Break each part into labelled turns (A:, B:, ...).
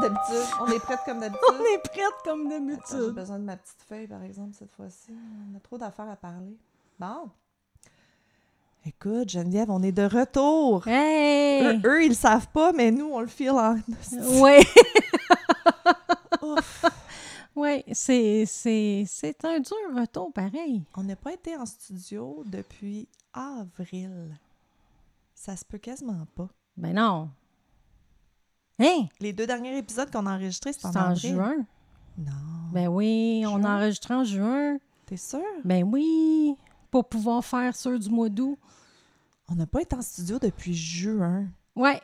A: d'habitude. On est prête comme d'habitude.
B: On est prête comme
A: Attends, J'ai
B: d'habitude.
A: besoin de ma petite feuille, par exemple, cette fois-ci. On a trop d'affaires à parler. Bon. Écoute, Geneviève, on est de retour. Eux,
B: Hey!
A: eux, ils le savent pas, mais nous, on le file en...
B: Ouais,
A: euh, Ouf.
B: ouais, c'est, c'est, c'est un dur retour pareil.
A: On n'a pas été en studio depuis avril. Ça se peut quasiment pas.
B: Ben non. Hein?
A: Les deux derniers épisodes qu'on a enregistrés, c'est
B: C'est
A: en,
B: en
A: avril.
B: juin.
A: Non.
B: Ben oui, on
A: Juin.
B: a enregistré en juin.
A: T'es sûr?
B: Ben oui, pour pouvoir faire ceux du mois d'août.
A: On n'a pas été en studio depuis juin.
B: Ouais,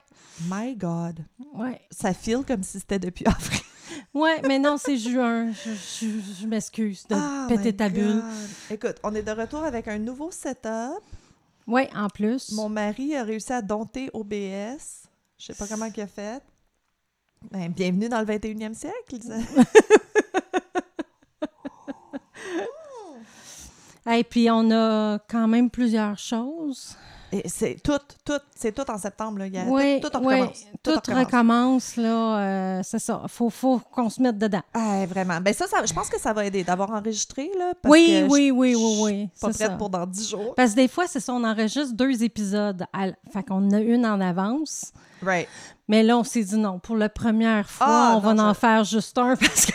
A: My God.
B: ouais,
A: Ça file comme si c'était depuis avril.
B: ouais, mais non, c'est juin. Je, je- je m'excuse de
A: Ah,
B: péter
A: my
B: ta bulle.
A: God. Écoute, on est de retour avec un nouveau setup.
B: Ouais, en plus.
A: Mon mari a réussi à dompter OBS. Je sais pas comment il a fait. Ben, bienvenue dans le 21e siècle. Lisa.
B: Et puis on a quand même plusieurs choses.
A: Et c'est tout, tout, c'est tout en septembre. Là. Il y a-
B: Ouais,
A: tout, tout
B: ouais,
A: recommence.
B: tout recommence, là. euh, c'est ça. Faut, faut qu'on se mette dedans.
A: Ah, vraiment. Ben ça, ça- je pense que ça va aider d'avoir enregistré. Là, parce
B: oui,
A: que je
B: oui, oui,
A: je
B: oui,
A: suis
B: oui.
A: suis pas
B: c'est
A: prête
B: ça. Ben,
A: pour dans 10 jours.
B: Parce que des fois, c'est ça, on enregistre deux épisodes. à l- Fait qu'on en a une en avance.
A: Right.
B: Mais là, on s'est dit non, pour la première fois,
A: Ah,
B: on va
A: non,
B: en
A: je-
B: faire juste un parce que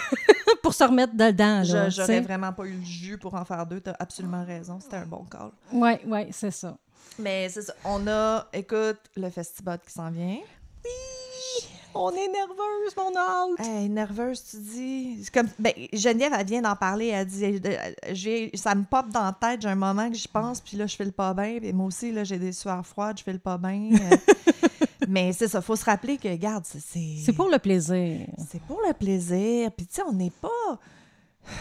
B: pour se remettre dedans.
A: Je-
B: Là,
A: J'aurais vraiment pas eu le jus pour en faire deux. T'as absolument raison. C'était un bon call.
B: Oui, oui, c'est ça.
A: Mais c'est ça. On a, écoute, le festival qui s'en vient.
B: On est nerveuse, mon hâte.
A: Hey, nerveuse, tu dis. C'est Comme, ben, Geneviève, elle vient d'en parler. Elle dit elle- elle- j'ai- Ça me pop dans la tête. J'ai un moment que j'y pense, puis là, je file pas bien. Puis moi aussi, là, j'ai des sueurs froides, je file pas bien. Euh, Mais c'est ça. faut se rappeler que, regarde, c'est.
B: C'est pour le plaisir.
A: C'est pour le plaisir. Puis, tu sais, on n'est pas.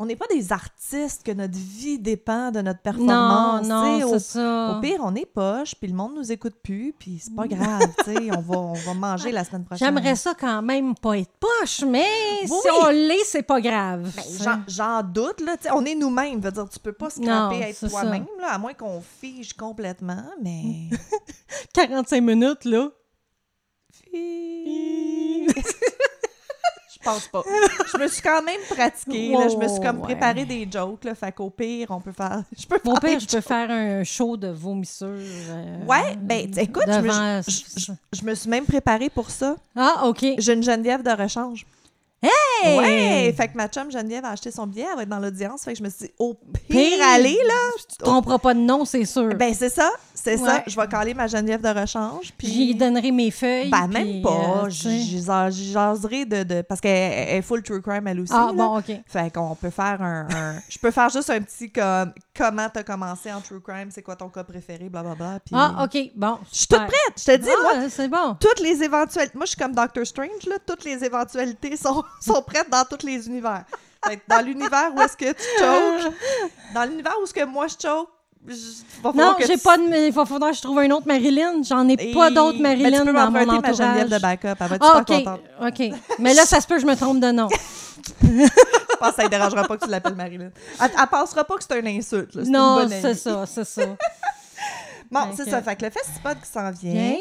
A: On n'est pas des artistes que notre vie dépend de notre
B: Non,
A: performance. tu sais,
B: non,
A: au-
B: c'est ça. Mm.
A: au pire, on est poche, puis le monde nous écoute plus, puis c'est pas grave, tu sais, on va, on va manger la semaine prochaine.
B: J'aimerais ça quand même pas être poche, mais
A: Oui.
B: si on l'est, c'est pas grave.
A: Ben,
B: C'est-
A: j'en- J'en doute, là, tu sais, on est nous-mêmes, veut dire, tu peux pas se cramper
B: Non,
A: à être
B: c'est ça.
A: toi-même, là, à moins qu'on fige complètement, mais...
B: 45 minutes, là.
A: Je pense pas. Je me suis quand même pratiquée, là, je me suis comme
B: Oh, ouais.
A: préparé des jokes, là, fait qu'au pire, on peut faire... Je peux
B: Mon
A: faire des
B: père, je peux
A: jokes.
B: faire un show de vomissures. euh,
A: Ah, Ouais, ben, tu- écoute, je me-
B: devant-
A: je- je- je me suis même préparée pour ça.
B: Ah, OK.
A: J'ai une Geneviève de rechange.
B: Hey!
A: Ouais! Fait que ma chum Geneviève a acheté son billet, elle va être dans l'audience. Fait que je me suis dit, au pire,
B: Pire.
A: aller, là!
B: Tu te tromperas pas de nom, c'est sûr.
A: Ben, c'est ça, c'est ça.
B: Ouais.
A: Je vais caler ma Geneviève de rechange.
B: Puis j'y
A: Puis.
B: donnerai mes feuilles.
A: Ben,
B: puis,
A: même pas.
B: euh, tu sais.
A: J'y jase- j'y jaserai de. de- parce qu'elle elle est full true crime, elle aussi.
B: Ah,
A: là.
B: bon, OK.
A: Fait qu'on peut faire un. un- je peux faire juste un petit comme. Comment t'as commencé en true crime, c'est quoi ton cas préféré, blablabla. Puis.
B: Ah, OK, bon.
A: Je suis toute prête, je te dis, moi.
B: Ah, c'est bon.
A: Toutes les éventualités. Moi, je suis comme Doctor Strange, là. Toutes les éventualités sont, sont prêtes dans tous les univers. Fait que dans l'univers où est-ce que tu choques, dans l'univers où est-ce que moi je choke, je- va falloir
B: Non,
A: que
B: j'ai
A: tu-
B: pas de. Il va falloir que je trouve une autre Marilyn. J'en ai
A: Et-
B: pas d'autres
A: Mais
B: Marilyn
A: tu peux
B: dans mon
A: m'emprunter ma Geneviève
B: entourage.
A: de backup. Elle va être
B: ah,
A: super
B: OK.
A: contente.
B: OK. Mais là, ça se peut que je me trompe de nom.
A: Je pense que ça ne dérangera pas que tu l'appelles Marilyn. Elle, elle pensera pas que c'est une insulte. là. C'est une
B: non,
A: bonne
B: c'est
A: amie.
B: ça, c'est ça.
A: Bon,
B: Fait
A: c'est
B: que-
A: ça. Fait que le festival qui s'en vient.
B: Bien.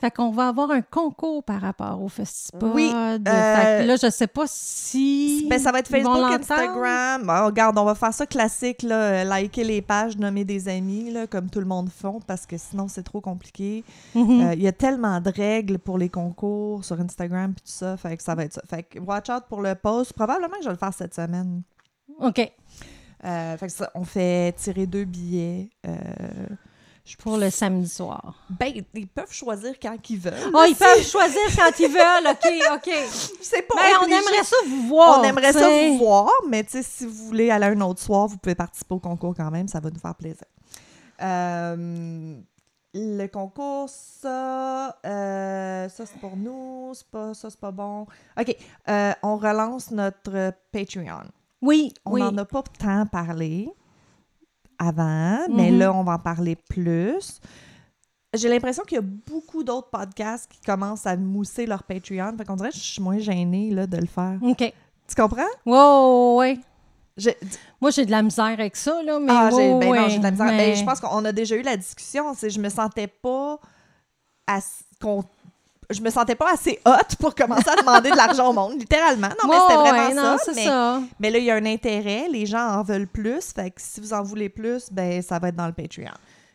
B: Fait qu'on va avoir un concours par rapport au festival.
A: Oui,
B: Fait
A: euh,
B: que là, je sais pas si.
A: Ben, ça va être
B: ils vont
A: Facebook,
B: l'entendre.
A: Instagram. Bon, regarde, on va faire ça classique, là, euh, liker les pages, nommer des amis, là, comme tout le monde font, parce que sinon, c'est trop compliqué. Euh, Il
B: Mhm.
A: y a tellement de règles pour les concours sur Instagram puis tout ça, fait que ça va être ça. Fait que watch out pour le post. Probablement que je vais le faire cette semaine.
B: OK.
A: Euh, fait que ça, on fait tirer deux billets. euh, je
B: Pour le samedi soir.
A: Ben, ils peuvent choisir quand ils veulent.
B: Ah, ils peuvent choisir quand ils veulent. OK, OK.
A: C'est pas
B: Mais Ben, on
A: obligé.
B: aimerait ça vous voir.
A: On aimerait ça
B: t'sais.
A: vous voir, mais tu sais, si vous voulez aller un autre soir, vous pouvez participer au concours quand même, ça va nous faire plaisir. Euh, le concours, ça, euh, ça c'est pour nous, c'est pas, ça c'est pas bon. OK, euh, on relance notre Patreon.
B: Oui,
A: On
B: oui.
A: n'en a pas tant parlé avant, mais
B: Mhm.
A: là, on va en parler plus. J'ai l'impression qu'il y a beaucoup d'autres podcasts qui commencent à mousser leur Patreon. Fait qu'on dirait que je suis moins gênée là, de le faire.
B: OK.
A: Tu comprends?
B: Wow, ouais.
A: J'ai-
B: Moi, j'ai de la misère avec ça, là, mais
A: ah, j'ai
B: wow,
A: ben non,
B: ouais,
A: j'ai de la misère.
B: mais-
A: Ben, je pense qu'on a déjà eu la discussion. C'est je me sentais pas à s- qu'on je me sentais pas assez haute pour commencer à demander de l'argent au monde, littéralement. Non, mais
B: Ouais,
A: c'était vraiment
B: ouais, non,
A: ça.
B: c'est
A: mais,
B: ça.
A: mais là, il y a un intérêt, les gens en veulent plus. Fait que si vous en voulez plus, ben ça va être dans le Patreon.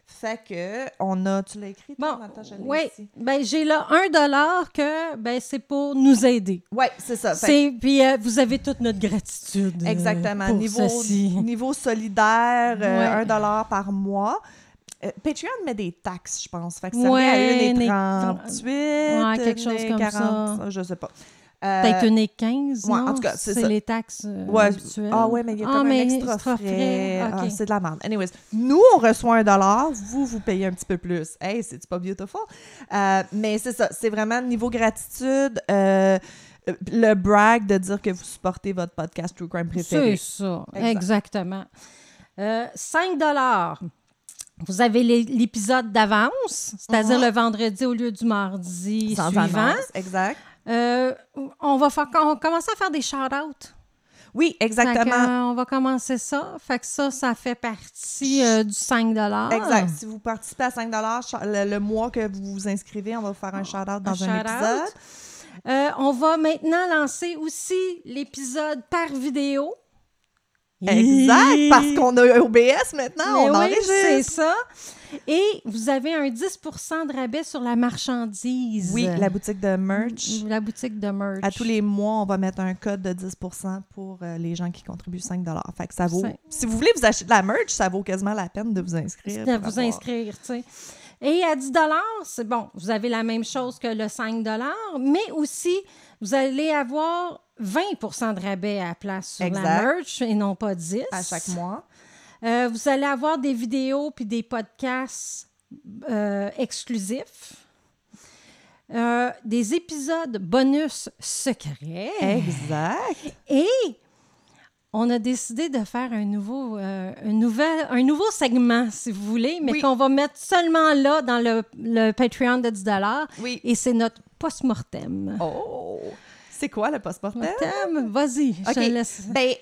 A: Fait que on a, tu l'as écrit, toi,
B: Bon,
A: Nathan, je l'ai
B: oui,
A: ici.
B: ben j'ai là un dollar que ben c'est pour nous aider.
A: Ouais, c'est ça. Fait
B: C'est puis euh, vous avez toute notre gratitude. euh,
A: Exactement.
B: pour
A: Niveau,
B: ceci.
A: niveau solidaire, euh,
B: Ouais.
A: un dollar par mois. Euh, Patreon met des taxes, je pense. Fait que ça
B: Ouais,
A: revient
B: des-
A: à 1,38,
B: Ouais, quelque chose
A: une
B: comme ça.
A: 40, Je sais pas. Euh,
B: Peut-être une et 15,
A: ouais,
B: non?
A: en tout cas, c'est ça.
B: les taxes euh,
A: Ouais,
B: habituelles.
A: Ah ouais, mais il y a
B: Ah,
A: comme
B: mais
A: un extra, frais. Ah,
B: ok.
A: c'est de la merde. Anyways, nous, on reçoit un dollar, vous, vous payez un petit peu plus. Hey, c'est pas beautiful? Euh, mais c'est ça, c'est vraiment niveau gratitude, euh, le brag de dire que vous supportez votre podcast True Crime
B: C'est
A: préféré.
B: ça,
A: Exact.
B: exactement. Euh, 5 dollars. Vous avez les- l'épisode d'avance, c'est-à-dire
A: Uh-huh.
B: le vendredi au lieu du mardi suivant.
A: annonce, exact.
B: Euh, on va faire, on commence à faire des shout-outs.
A: Oui,
B: Fait que,
A: exactement.
B: euh, on va commencer ça. Fait que ça, ça fait partie euh, du 5
A: Exact. Si vous participez à 5 cha- le, le mois que vous vous inscrivez, on va vous faire un shout-out dans un,
B: shout-out.
A: épisode.
B: Euh, on va maintenant lancer aussi l'épisode par vidéo.
A: Exact, parce qu'on a OBS maintenant,
B: Mais
A: on
B: oui, c'est
A: enregistre.
B: ça. Et vous avez un 10 de rabais sur la marchandise.
A: Oui, la boutique de merch.
B: La boutique de merch.
A: À tous les mois, on va mettre un code de 10 pour euh, les gens qui contribuent 5 Fait que ça vaut.
B: Cinq.
A: Si vous voulez vous acheter de la merch, ça vaut quasiment la peine de vous
B: C'est
A: inscrire.
B: à
A: pour
B: vous
A: avoir-
B: inscrire, tu sais. Et à 10 c'est bon, vous avez la même chose que le 5 mais aussi, vous allez avoir 20 de rabais à la place sur la
A: Exact.
B: merch et non pas 10.
A: à chaque mois.
B: Euh, vous allez avoir des vidéos puis des podcasts euh, exclusifs. Euh, des épisodes bonus secrets.
A: Exact.
B: Et on a décidé de faire un nouveau, euh, un nouvel, un nouveau segment, si vous voulez, mais
A: Oui.
B: qu'on va mettre seulement là dans le, le Patreon de 10
A: Oui.
B: Et c'est notre post-mortem.
A: Oh! C'est quoi le post-mortem?
B: Mortem, vas-y, je te
A: Ah. OK.
B: laisse.
A: Ben,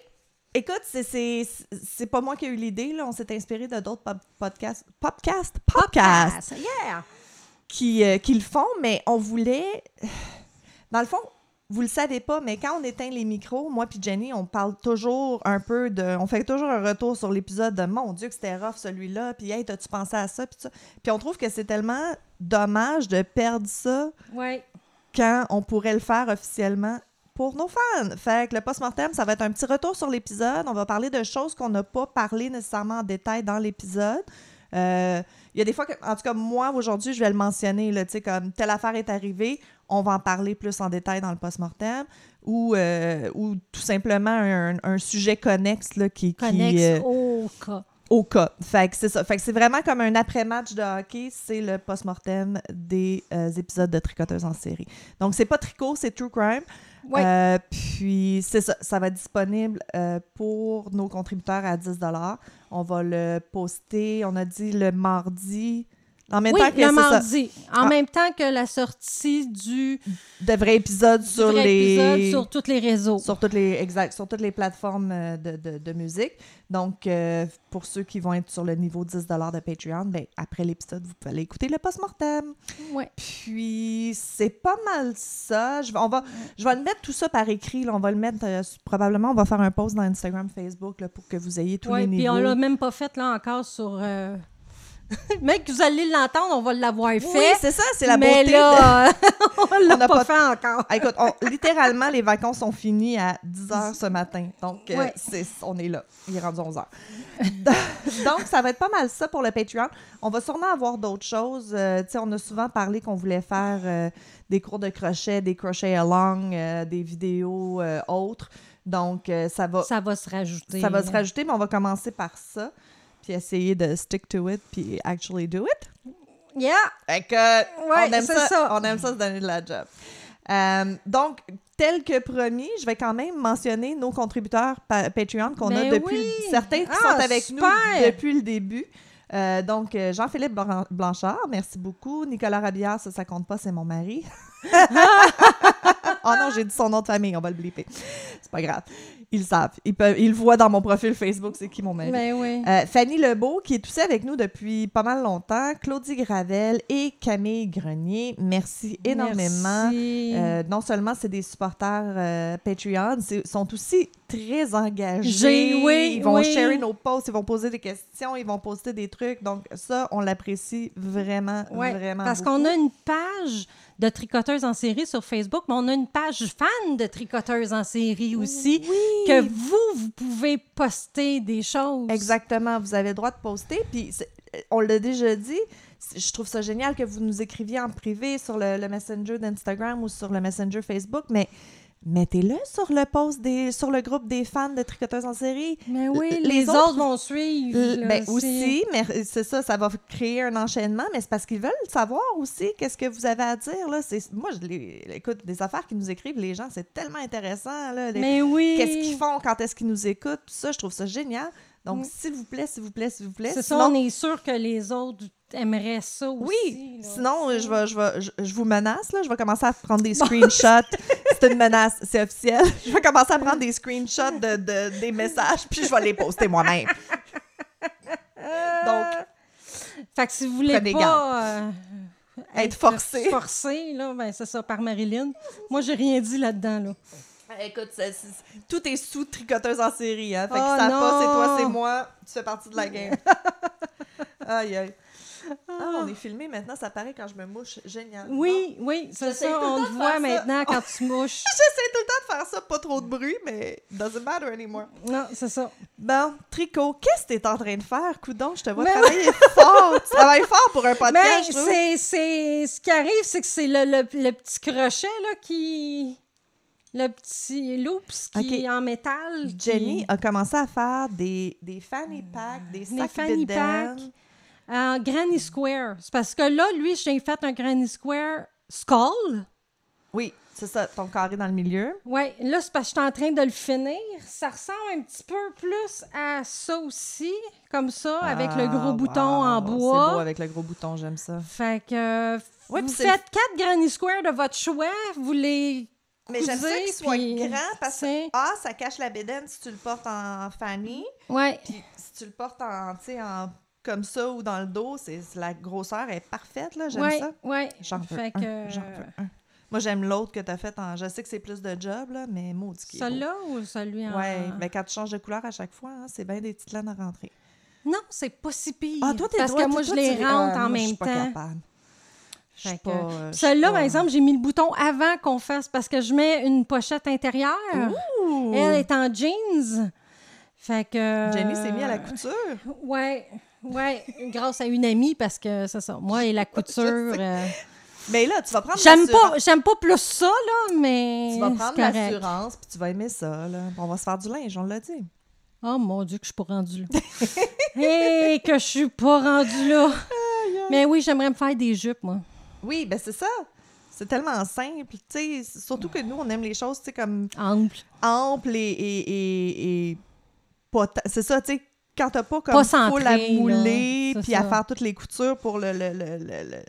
A: écoute, c'est- c'est c'est pas moi qui ai eu l'idée. là. On s'est inspiré de d'autres pop- podcasts, podcasts, podcasts
B: Yeah!
A: qui, euh, qui le font, mais on voulait. Dans le fond, vous le savez pas, mais quand on éteint les micros, moi puis Jenny, on parle toujours un peu de. On fait toujours un retour sur l'épisode de Mon Dieu, que c'était rough celui-là, puis Hey, t'as-tu pensé à ça, puis ça. Puis on trouve que c'est tellement dommage de perdre ça
B: Ouais.
A: quand on pourrait le faire officiellement pour nos fans. Fait que le post-mortem, ça va être un petit retour sur l'épisode. On va parler de choses qu'on n'a pas parlé nécessairement en détail dans l'épisode. Euh, Il y a des fois que, en tout cas, moi, aujourd'hui, je vais le mentionner, là, tu sais, comme telle affaire est arrivée, on va en parler plus en détail dans le post-mortem ou, euh, ou tout simplement un, un sujet connexe là, qui, qui, euh,
B: Connexe au cas.
A: au cas. Fait que c'est ça. Fait que c'est vraiment comme un après-match de hockey, c'est le post-mortem des euh, épisodes de Tricoteuses en série. Donc, c'est pas tricot, c'est true crime.
B: Ouais.
A: Euh, puis, c'est ça. Ça va être disponible euh, pour nos contributeurs à 10 On va le poster, on a dit le mardi. En même
B: oui,
A: temps que c'est
B: le
A: ça,
B: mardi. En
A: Ah.
B: même temps que la sortie du,
A: de vrais épisodes
B: du
A: sur
B: vrai
A: les.
B: épisode sur tous les réseaux.
A: Sur toutes les exact, sur toutes les plateformes euh, de, de- de musique. Donc, euh, pour ceux qui vont être sur le niveau 10 de Patreon, ben, après l'épisode, vous pouvez aller écouter le post-mortem.
B: Ouais.
A: Puis, c'est pas mal ça. Je vais, on va, je vais le mettre tout ça par écrit. là. On va le mettre, euh, s- probablement, on va faire un post dans Instagram, Facebook là, pour que vous ayez tous
B: Ouais,
A: les
B: puis
A: niveaux.
B: on l'a même pas fait là encore sur. euh, Mec, vous allez l'entendre, on va l'avoir fait.
A: oui, c'est ça, c'est la
B: mais
A: beauté. de-
B: là, on l'a
A: On n'a pas-
B: pas, fait encore.
A: Ah, écoute, on- littéralement, les vacances sont finies à 10 h ce matin. Donc, euh,
B: Ouais.
A: c'est- on est là. Il est rendu 11 h Donc, ça va être pas mal ça pour le Patreon. On va sûrement avoir d'autres choses. Euh, tu sais, on a souvent parlé qu'on voulait faire euh, des cours de crochet, des crochets along, euh, des vidéos euh, autres. Donc, euh, ça va
B: Ça va se rajouter.
A: ça va se rajouter, mais on va commencer par ça. Puis essayer de stick to it, puis actually do it.
B: Yeah!
A: Fait que, euh,
B: Ouais,
A: on aime
B: c'est
A: ça,
B: ça.
A: On aime ça se donner de la job. Euh, donc, tel que promis, je vais quand même mentionner nos contributeurs pa- Patreon qu'on a
B: Ben
A: depuis
B: oui.
A: certains qui
B: Ah,
A: sont avec nous
B: super.
A: depuis le début. Euh, donc, euh, Jean-Philippe Bran- Blanchard, merci beaucoup. Nicolas Rabillard, ça, ça compte pas, c'est mon Ah mari. oh non, j'ai dit son nom de famille, on va le blipper. C'est pas grave. Ils le savent. Ils, peuvent, ils le voient dans mon profil Facebook, c'est qui mon mari.
B: Ben oui.
A: Euh, Fanny Lebeau, qui est tout avec nous depuis pas mal longtemps, Claudie Gravel et Camille Grenier, merci Euh, énormément.
B: Merci.
A: Euh, non seulement c'est des supporters euh, Patreon, c'est- sont aussi très engagés.
B: J'ai- oui,
A: ils vont
B: oui.
A: sharer nos posts, ils vont poser des questions, ils vont poster des trucs. Donc ça, on l'apprécie vraiment,
B: Ouais,
A: vraiment.
B: parce
A: beaucoup.
B: qu'on a une page de tricoteuses en série sur Facebook, mais on a une page fan de tricoteuses en série aussi, que vous, vous pouvez poster des choses.
A: Exactement, vous avez le droit de poster. Puis c'est- on l'a déjà dit, c- je trouve ça génial que vous nous écriviez en privé sur le, le Messenger d'Instagram ou sur le Messenger Facebook, mais mettez-le sur le post des, sur le groupe des fans de tricoteuses en série.
B: Mais oui,
A: L-
B: les,
A: les
B: autres,
A: autres-
B: vont suivre.
A: L-
B: là,
A: ben
B: c'est-
A: aussi, mais euh, c'est ça, ça va créer un enchaînement, mais c'est parce qu'ils veulent savoir aussi qu'est-ce que vous avez à dire. Là. C'est- Moi, je les, écoute, des affaires qu'ils nous écrivent, les gens, c'est tellement intéressant. Là, les-
B: Mais oui.
A: Qu'est-ce qu'ils font, quand est-ce qu'ils nous écoutent, tout ça, je trouve ça génial. Donc,
B: Mm.
A: s'il vous plaît, s'il vous plaît, s'il vous plaît.
B: C'est ça,
A: Sinon,
B: on est sûr que les autres aimeraient ça aussi.
A: Oui,
B: là.
A: sinon euh, je, vais, je, vais, je, je vous menace, là. je vais commencer à prendre des screenshots. c'est une menace, c'est officiel. Je vais commencer à prendre des screenshots de, de- des messages, puis je vais les poster moi-même. Donc,
B: Fait que si vous voulez
A: Prenez
B: pas euh,
A: Être forcé.
B: forcé, là, ben c'est ça, par Marilyn. Moi, j'ai rien dit là-dedans, là.
A: écoute, c'est- c'est- tout est sous tricoteuse en série. Hein, fait que
B: Oh
A: ça pas, c'est toi,
B: non!
A: c'est moi, tu fais partie de la game. aïe, aïe. Ah, on est filmé maintenant, ça paraît quand je me mouche. Génial.
B: Oui, oui, c'est
A: J'essaie tout
B: ça,
A: le
B: on
A: temps
B: te
A: de
B: voit
A: faire ça.
B: maintenant quand tu mouches.
A: J'essaie tout le temps de faire ça, pas trop de bruit, mais doesn't matter anymore.
B: Non, c'est ça.
A: Bon, Tricot, qu'est-ce que t'es en train de faire, Coudon? Je te vois
B: Mais-
A: travailler fort. Tu travailles fort pour un
B: Mais
A: podcast, je trouve.
B: c'est, c'est, ce qui arrive, c'est que c'est le, le- le petit crochet là, qui. Le petit loops qui
A: Ok.
B: est en métal. qui- Ah,
A: Jenny a commencé à faire des, des fanny packs, des sacs
B: fanny
A: bedaines.
B: packs. En Granny Square. C'est parce que là, lui, j'ai fait un Granny Square Skull.
A: Oui, c'est ça, ton carré dans le milieu.
B: Ouais, là, c'est parce que je suis en train de le finir. Ça ressemble un petit peu plus à ça aussi, comme ça, avec le
A: Ah,
B: gros bouton
A: wow,
B: en bois.
A: C'est beau avec le gros bouton, j'aime ça.
B: Fait que. euh,
A: Ouais,
B: vous
A: puis c'est-
B: faites quatre Granny Square de votre choix, vous les.
A: Mais j'aime ça
B: cousez,
A: qu'il soit
B: puis,
A: grand parce que
B: c'est-
A: Ah, ça cache la bédaine si tu le portes en fanny.
B: Ouais.
A: Puis si tu le portes en, tu sais, en comme ça ou dans le dos, c'est c'est- la grosseur est parfaite, là, j'aime
B: ouais,
A: ça.
B: Ouais.
A: J'en veux
B: Fait
A: un,
B: que.
A: j'en veux un. Moi, j'aime l'autre que t'as fait en... Je sais que c'est plus de job, là, mais maudit qu'il est beau.
B: Celui-là ou celui en.
A: Ouais, mais quand tu changes de couleur à chaque fois, hein, c'est bien des petites laines à rentrer.
B: Non, c'est pas si pire.
A: Ah, toi, t'es
B: Parce
A: droite,
B: que moi,
A: toi,
B: je les
A: tu-
B: rentre
A: Ah, moi,
B: en
A: Je
B: même
A: suis pas
B: temps.
A: capable. Je suis
B: Fait que-
A: pas, euh, je suis
B: Celui-là, par
A: pas-
B: exemple, j'ai mis le bouton avant qu'on fasse parce que je mets une pochette intérieure.
A: Ouh!
B: Elle est en jeans. Fait que.
A: Jenny s'est mise à la couture.
B: Ouais. Ouais, grâce à une amie parce que c'est ça. Moi et la couture. euh,
A: Mais Ben là, tu vas prendre
B: J'aime
A: l'assurance-
B: pas, j'aime pas plus ça, là, mais.
A: Tu vas
B: c'est
A: prendre
B: correct.
A: l'assurance, puis tu vas aimer ça. Là. On va se faire du linge, on l'a dit.
B: Oh mon Dieu, que je suis pas rendue là. Hé, que je suis pas rendue là. Mais oui, j'aimerais me faire des jupes, moi.
A: Oui, ben c'est ça. C'est tellement simple. tu sais. Surtout que nous, on aime les choses tu sais, comme
B: Ample.
A: amples et... et, et, et pas ta- C'est ça, tu sais, quand t'as pas comme
B: Pas
A: full à
B: centré, là.
A: mouler,
B: C'est
A: puis à
B: ça.
A: faire toutes les coutures pour le, le, le, le, le-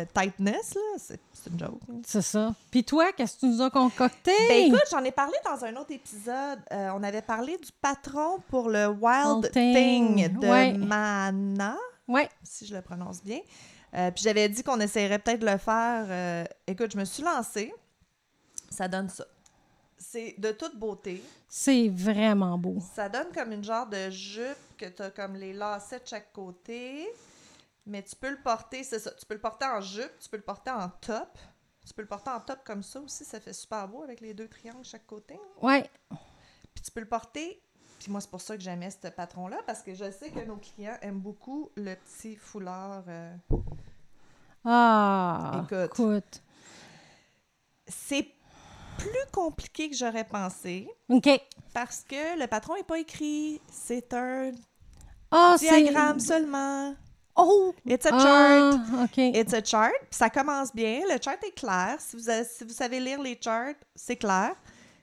A: le tightness, là, c'est c'est une joke.
B: C'est ça. Puis toi, qu'est-ce que tu nous as concocté?
A: Ben écoute, j'en ai parlé dans un autre épisode. Euh, on avait parlé du patron pour le Wild
B: Wild Thing,
A: Thing de
B: ouais.
A: Mana,
B: Ouais.
A: si je le prononce bien. Euh, puis j'avais dit qu'on essayerait peut-être de le faire. euh, écoute, je me suis lancée. Ça donne ça. C'est de toute beauté.
B: C'est vraiment beau.
A: Ça donne comme une genre de jupe que tu as comme les lacets de chaque côté. Mais tu peux le porter, c'est ça. Tu peux le porter en jupe, tu peux le porter en top. Tu peux le porter en top comme ça aussi, ça fait super beau avec les deux triangles de chaque côté.
B: Ouais.
A: Puis tu peux le porter. Puis moi, c'est pour ça que j'aimais ce patron-là, parce que je sais que nos clients aiment beaucoup le petit foulard. euh.
B: Ah.
A: Écoute.
B: écoute.
A: C'est plus compliqué que j'aurais pensé,
B: OK.
A: parce que le patron n'est pas écrit. C'est un
B: Ah, c'est.
A: diagramme seulement.
B: Oh!
A: It's a chart.
B: Ah, OK.
A: It's a chart. Puis ça commence bien. Le chart est clair. Si vous, avez- si vous savez lire les charts, c'est clair.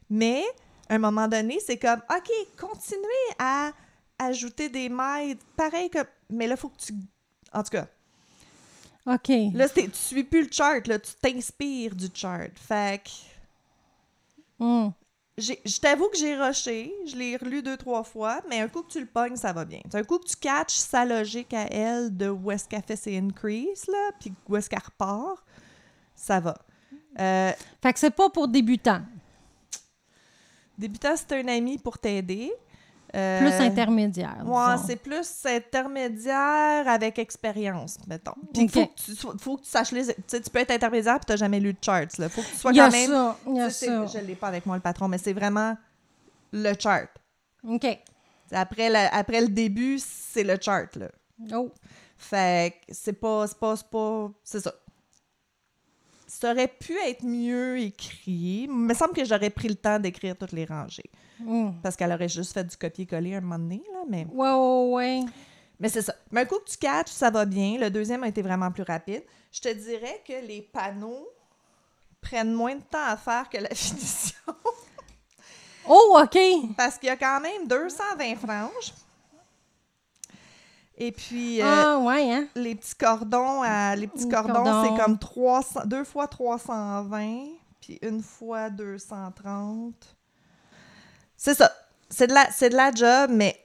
A: Mais à un moment donné, c'est comme OK, continuez à ajouter des mailles. Pareil que. Mais là, il faut que tu. En tout cas,
B: OK.
A: là, c'est- tu suis plus le chart. Là, tu t'inspires du chart. Fait que
B: Hum.
A: j'ai- je t'avoue que j'ai rushé, je l'ai relu deux, trois fois, mais un coup que tu le pognes, ça va bien. C'est Un coup que tu catches sa logique à elle de où est-ce qu'elle fait ses increases, là, puis où est-ce qu'elle repart, ça va.
B: Mm.
A: Euh,
B: Fait que c'est pas pour débutants,
A: débutant, c'est un ami pour t'aider. Euh,
B: plus intermédiaire.
A: Ouais,
B: disons.
A: c'est plus intermédiaire avec expérience, mettons. Puis il faut,
B: Ok.
A: que tu sois- faut que tu saches les. Tu sais, tu peux être intermédiaire puis t'as jamais lu de charts. Là. Faut que tu sois
B: Il y a
A: quand même.
B: ça, il y a
A: Tu sais, c'est-
B: ça.
A: Je l'ai pas avec moi le patron, mais c'est vraiment le chart.
B: OK.
A: Après, la- après le début, c'est le chart. Là.
B: Oh.
A: Fait que c'est pas. C'est pas. C'est pas- c'est ça. Ça aurait pu être mieux écrit. Il me semble que j'aurais pris le temps d'écrire toutes les rangées.
B: Mm.
A: Parce qu'elle aurait juste fait du copier-coller un moment donné, là, mais.
B: Ouais, ouais, ouais.
A: Mais c'est ça. Mais un coup que tu catches, ça va bien. Le deuxième a été vraiment plus rapide. Je te dirais que les panneaux prennent moins de temps à faire que la finition.
B: Oh, OK.
A: Parce qu'il y a quand même 220 franges. Et puis, euh,
B: Ah, ouais, hein?
A: les petits cordons, à- les petits
B: Les
A: cordons,
B: cordons.
A: c'est comme 300, deux fois 320, puis une fois 230. C'est ça. C'est de, la, c'est de la job, mais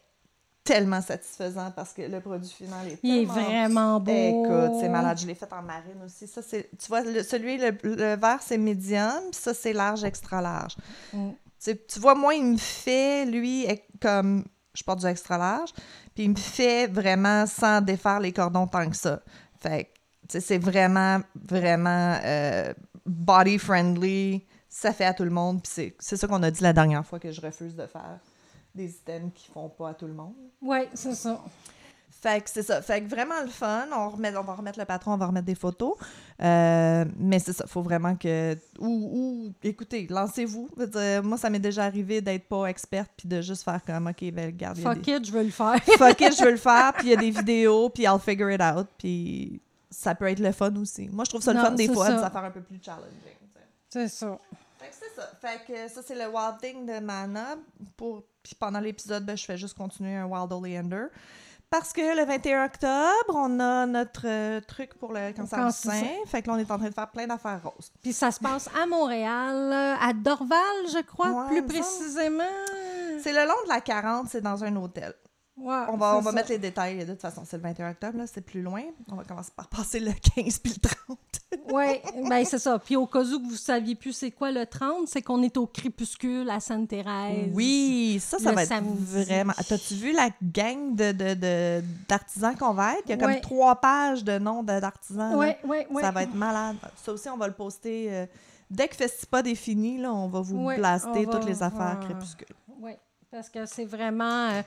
A: tellement satisfaisant parce que le produit final est
B: Il est
A: tellement
B: vraiment beau.
A: Écoute, c'est malade. Je l'ai fait en marine aussi. Ça, c'est, tu vois, le- celui, le, le vert, c'est médium, puis ça, c'est large, extra large.
B: Mm.
A: Tu, tu vois, moi, il me fait, lui, ec- comme je porte du extra large, puis il me fait vraiment sans défaire les cordons tant que ça. Fait que, tu sais, c'est vraiment, vraiment euh, body friendly. Ça fait à tout le monde, puis c'est, c'est ça qu'on a dit la dernière fois que je refuse de faire des items qui font pas à tout le monde.
B: Ouais, c'est ça.
A: Fait que c'est ça. Fait que vraiment le fun. On, remet, on va remettre le patron, on va remettre des photos. Euh, mais c'est ça. Faut vraiment que. Ou, ou écoutez, lancez-vous. Je veux dire, Moi, ça m'est déjà arrivé d'être pas experte puis de juste faire comme, OK, ben, regarde. il y a
B: Fuck it, je veux le faire.
A: des- Fuck it, je veux le faire. Puis il y a des vidéos, puis I'll figure it out. Puis ça peut être le fun aussi. Moi, je trouve ça le
B: Non,
A: fun des
B: c'est
A: fois,
B: ça.
A: ça. faire un peu plus challenging. tu sais.
B: C'est ça.
A: Fait que c'est ça. Fait que ça, c'est le Wild Thing de Mana. Pour... Puis pendant l'épisode, ben, je fais juste continuer un Wild Oleander. Parce que le 21 octobre, on a notre euh, truc pour le cancer du
B: cancer du
A: sein. Fait que là, on est en train de faire plein d'affaires roses.
B: Puis ça se passe à Montréal, euh, à Dorval, je crois,
A: Ouais,
B: plus
A: il me semble.
B: précisément.
A: C'est le long de la 40, c'est dans un hôtel.
B: Ouais,
A: On va,
B: Ah, c'est
A: on va
B: ça.
A: mettre les détails. De toute façon, c'est le 21 octobre, là, c'est plus loin. On va commencer par passer le 15 puis le 30.
B: Oui, ben c'est ça. Puis au cas où que vous saviez plus c'est quoi le 30, c'est qu'on est au crépuscule à Sainte-Thérèse.
A: Oui, ça, ça
B: Le
A: va être
B: samedi.
A: vraiment. T'as-tu vu la gang de, de, de- d'artisans qu'on va être? Il y a comme
B: Ouais.
A: trois pages de noms de- d'artisans. là.
B: Oui, oui, oui.
A: Ça va être malade. Ça aussi, on va le poster. euh, dès que Festipod est fini, là, on va vous
B: Ouais,
A: blaster
B: on
A: toutes
B: va-
A: les affaires
B: ouais.
A: crépuscules.
B: Oui, parce que c'est vraiment... euh,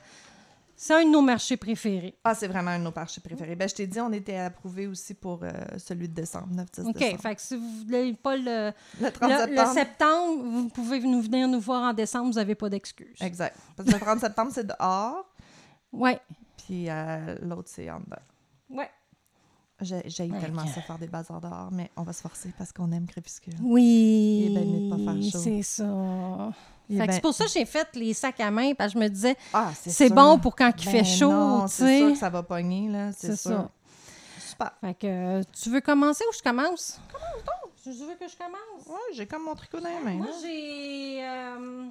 B: c'est un de nos marchés préférés.
A: Ah, c'est vraiment un de nos marchés préférés. Ben, je t'ai dit, on était approuvé aussi pour euh, celui de décembre, 9-10
B: OK,
A: décembre.
B: fait que si vous voulez pas le,
A: Le 30
B: le, le
A: septembre.
B: septembre, vous pouvez nous venir nous voir en décembre, vous n'avez pas d'excuses.
A: Exact. Parce que le 30 septembre, c'est dehors,
B: Oui,
A: puis euh, l'autre, c'est en dedans.
B: oui.
A: J'ai j'ai
B: Ok.
A: tellement ça faire des bazars dehors, mais on va se forcer parce qu'on aime crépuscule.
B: Oui.
A: Il est bien mieux de pas faire chaud.
B: C'est ça.
A: Il est
B: Fait que
A: ben-
B: C'est pour ça que j'ai fait les sacs à main, parce que je me disais,
A: Ah,
B: c'est
A: sûr.
B: bon pour quand il fait
A: Ben
B: chaud,
A: non,
B: tu
A: C'est sûr
B: sais.
A: que ça va pogner, là. C'est
B: C'est
A: sûr. Super.
B: Fait que euh, tu veux commencer ou je commence? Commence donc! Je veux que je commence.
A: Ouais, j'ai comme mon tricot dans les mains.
B: Moi,
A: là.
B: j'ai. euh,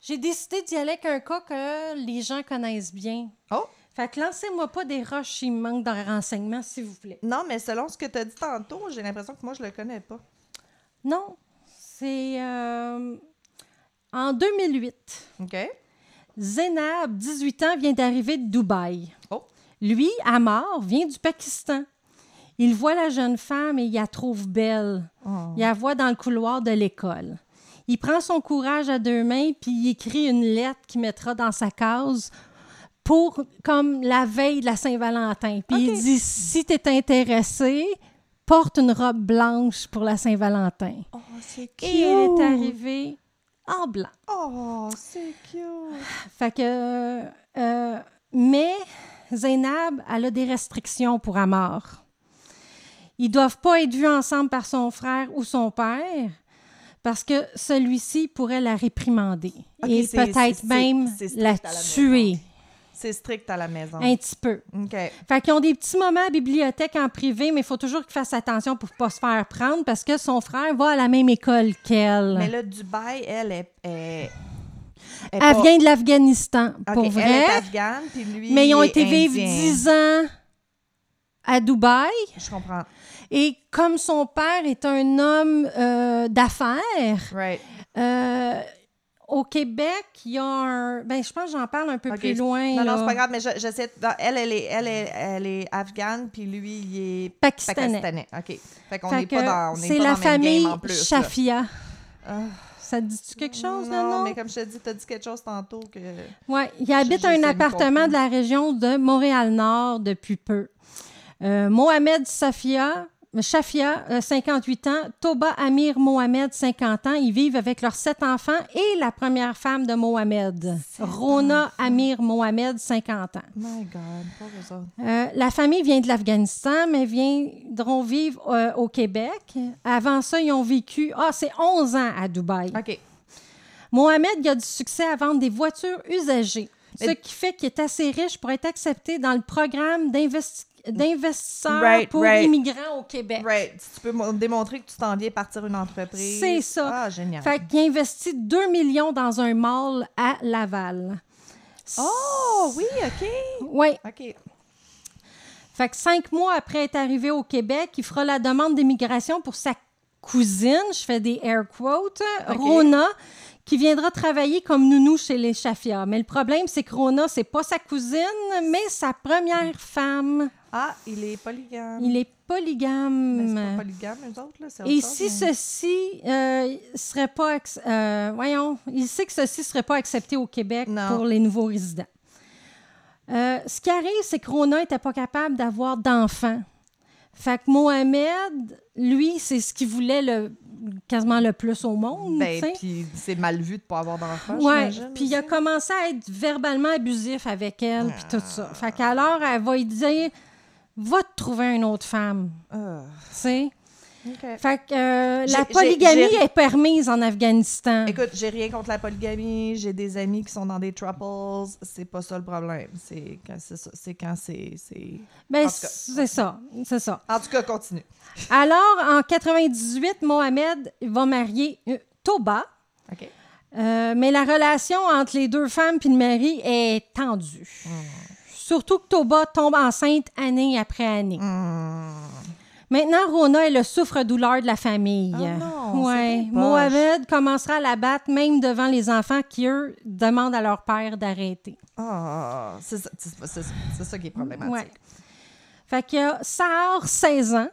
B: j'ai décidé d'y aller avec un cas que les gens connaissent bien.
A: Oh!
B: Fait que lancez-moi pas des roches, il me manque de renseignements, s'il vous plaît.
A: Non, mais selon ce que tu as dit tantôt, j'ai l'impression que moi, je le connais pas.
B: Non, c'est. euh, en 2008,
A: OK?
B: Zénab, 18 ans, vient d'arriver de Dubaï.
A: Oh!
B: Lui, Amar, vient du Pakistan. Il voit la jeune femme et il la trouve belle.
A: Oh.
B: Il la voit dans le couloir de l'école. Il prend son courage à deux mains puis il écrit une lettre qu'il mettra dans sa case pour comme la veille de la Saint-Valentin. Puis
A: Ok.
B: il dit si tu es intéressé, porte une robe blanche pour la Saint-Valentin.
A: Oh, c'est cute!
B: Et elle est arrivée en blanc.
A: Oh, c'est cute!
B: Fait que. euh, mais Zainab, elle a des restrictions pour Amar. Ils doivent pas être vus ensemble par son frère ou son père parce que celui-ci pourrait la réprimander
A: Ok,
B: et
A: c'est- c'est-
B: peut-être
A: c'est-
B: même
A: c'est strict
B: la
A: à la maison. Ah.
B: tuer.
A: C'est strict à la maison.
B: un petit peu.
A: OK.
B: Fait qu'ils ont des petits moments à bibliothèque en privé, mais il faut toujours qu'ils fassent attention pour pas se faire prendre parce que son frère va à la même école qu'elle.
A: Mais là, Dubaï, elle est. est- est
B: elle
A: pas-
B: vient de l'Afghanistan,
A: Ok,
B: pour
A: Elle
B: vrai.
A: est afghane, puis lui.
B: mais ils ont
A: est
B: été vivre
A: indien.
B: 10 ans à Dubaï.
A: Je comprends.
B: Et comme son père est un homme euh, d'affaires,
A: Right.
B: euh, au Québec, il y a un. Ben, je pense que j'en parle un peu
A: Ok.
B: plus loin.
A: Non, non,
B: là.
A: c'est pas grave, mais je, je sais. non, Elle, elle est, elle, est, elle est afghane, puis lui, il est
B: Pakistanais.
A: pakistanais. OK. Fait qu'on
B: Fait
A: n'est pas
B: que
A: dans. on est
B: C'est
A: pas
B: la
A: dans le même game
B: famille
A: en plus, là.
B: Shafia.
A: Ah.
B: Ça te dit-tu quelque chose, là,
A: non,
B: non?
A: mais comme je te dis, t'as dit quelque chose tantôt que.
B: Oui, il habite
A: je sais
B: un
A: me
B: appartement
A: comprendre.
B: de la région de Montréal-Nord depuis peu. Euh, Mohamed Safia, Shafia, euh, 58 ans, Toba Amir Mohamed, 50 ans, ils vivent avec leurs sept enfants et la première femme de Mohamed, Rona Amir Mohamed, 50 ans.
A: My God, pas eux autres.
B: Euh, la famille vient de l'Afghanistan, mais viendront vivre euh, au Québec. Avant ça, ils ont vécu, ah, c'est 11 ans à Dubaï.
A: OK.
B: Mohamed il a du succès à vendre des voitures usagées,
A: Mais-
B: ce qui fait qu'il est assez riche pour être accepté dans le programme d'investi- d'investisseurs
A: Right,
B: pour
A: right.
B: immigrants au Québec.
A: Right. Si tu peux mo- démontrer que tu t'en viens partir une entreprise.
B: C'est ça.
A: Ah, génial.
B: Fait qu'il investit 2 millions dans un mall à Laval.
A: Oh, oui, OK.
B: Oui.
A: OK.
B: Fait que cinq mois après être arrivé au Québec, il fera la demande d'immigration pour sa cousine, je fais des air quotes,
A: Ok.
B: Rona, qui viendra travailler comme nounou chez les Shafia. Mais le problème, c'est que Rona, c'est pas sa cousine, mais sa première femme.
A: Ah, il est polygame.
B: Il est polygame.
A: Mais Ben, c'est pas polygame, eux autres, là. c'est autre
B: Et
A: chose,
B: si
A: mais-
B: ceci euh, serait pas ac- euh, voyons, il sait que ceci serait pas accepté au Québec
A: Non.
B: pour les nouveaux résidents. Euh, ce qui arrive, c'est que Rona n'était pas capable d'avoir d'enfants. Fait que Mohamed, lui, c'est ce qu'il voulait le, quasiment le plus au monde. tu sais.
A: Ben, puis c'est mal vu de pas avoir d'enfant.
B: Ouais,
A: j'imagine,
B: puis il a
A: aussi.
B: commencé à être verbalement abusif avec elle, puis tout
A: Ah.
B: ça. Fait qu'alors, elle va lui dire Va te trouver une autre femme.
A: Ah,
B: Tu sais.
A: OK.
B: Fait que euh,
A: J'ai-
B: la
A: j'ai-
B: polygamie
A: j'ai-
B: est permise en Afghanistan.
A: Écoute, j'ai rien contre la polygamie, j'ai des amis qui sont dans des troubles, c'est pas ça le problème, c'est quand c'est ça- c'est quand c'est c'est- en tout
B: Ben,
A: cas.
B: c'est ça, c'est ça.
A: En tout cas, continue.
B: Alors, en 98, Mohamed va marier euh, Toba,
A: OK.
B: euh, mais la relation entre les deux femmes puis le mari est tendue.
A: Hmm.
B: Surtout que Toba tombe enceinte année après
A: Hmm.
B: année. Maintenant, Rona est le souffre-douleur de la famille.
A: Ah non, c'est
B: Ouais.
A: bien poche.
B: Mohamed commencera à la battre même devant les enfants qui, eux, demandent à leur père d'arrêter.
A: Ah, c'est ça, c'est ça- c'est ça- c'est ça qui est problématique.
B: Ouais. Fait qu'il y a Sahar, 16 ans,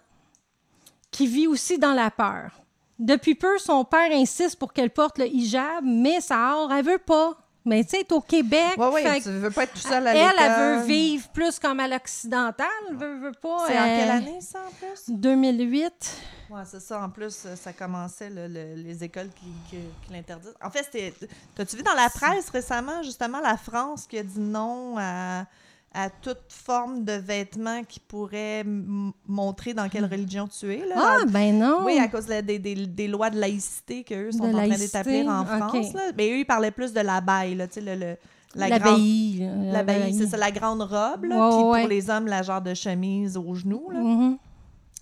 B: qui vit aussi dans la peur. Depuis peu, son père insiste pour qu'elle porte le hijab, mais Sahar, elle veut pas. Mais tu sais, elle est au Québec.
A: Ouais, ouais,
B: fait
A: tu
B: que
A: veux pas être tout seul à
B: elle,
A: l'école.
B: elle veut vivre plus comme à l'occidental. Veut, veut pas.
A: C'est en
B: euh,
A: quelle année, ça, en plus?
B: 2008.
A: Ouais, c'est ça. En plus, euh, ça commençait le- le- les écoles qui, qui- qui l'interdisent. En fait, c'était- t'as-tu vu dans la presse récemment, justement, la France qui a dit non à, à toute forme de vêtements qui pourrait m- montrer dans quelle religion tu es? Là,
B: Hmm. Ah,
A: dans-
B: ben non.
A: Oui, à cause de la- des, des- des lois de laïcité qu'eux sont
B: De
A: en train
B: laïcité,
A: d'établir en
B: ok.
A: France. là. Mais eux, ils parlaient plus de l'abeille, là, tu sais, le, le- la grande
B: L'abbaye. là,
A: L'abbaye, c'est ça, la grande robe, là,
B: Ouais,
A: puis
B: ouais.
A: pour les hommes, la genre de chemise aux genoux, là,
B: Mhm.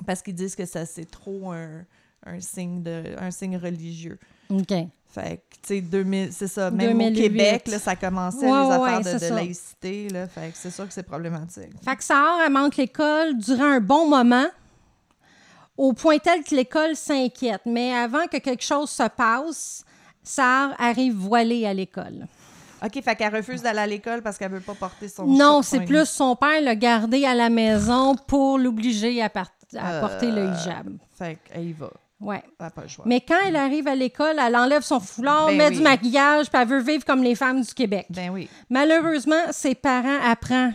A: parce qu'ils disent que ça, c'est trop un, un signe de, un signe religieux.
B: OK.
A: Fait que, tu sais, 2000 c'est ça, même
B: 2008.
A: au Québec, là, ça commençait
B: Ouais,
A: les
B: ouais,
A: affaires
B: c'est
A: de, de
B: ça.
A: laïcité, là, fait que c'est sûr que c'est problématique.
B: Fait que Sahar, elle manque l'école durant un bon moment, au point tel que l'école s'inquiète. Mais avant que quelque chose se passe, Sahar arrive voilée à l'école.
A: OK, fait qu'elle refuse d'aller à l'école parce qu'elle veut pas porter son son-
B: Non, c'est plus son père l'a gardée à la maison pour l'obliger à, part- à
A: Euh.
B: porter le hijab.
A: Fait qu'elle y va,
B: Ouais.
A: elle a pas le choix.
B: Mais quand elle arrive à l'école, elle enlève son foulard,
A: Ben
B: met du
A: oui.
B: maquillage, puis elle veut vivre comme les femmes du Québec.
A: Ben oui.
B: Malheureusement, ses parents apprennent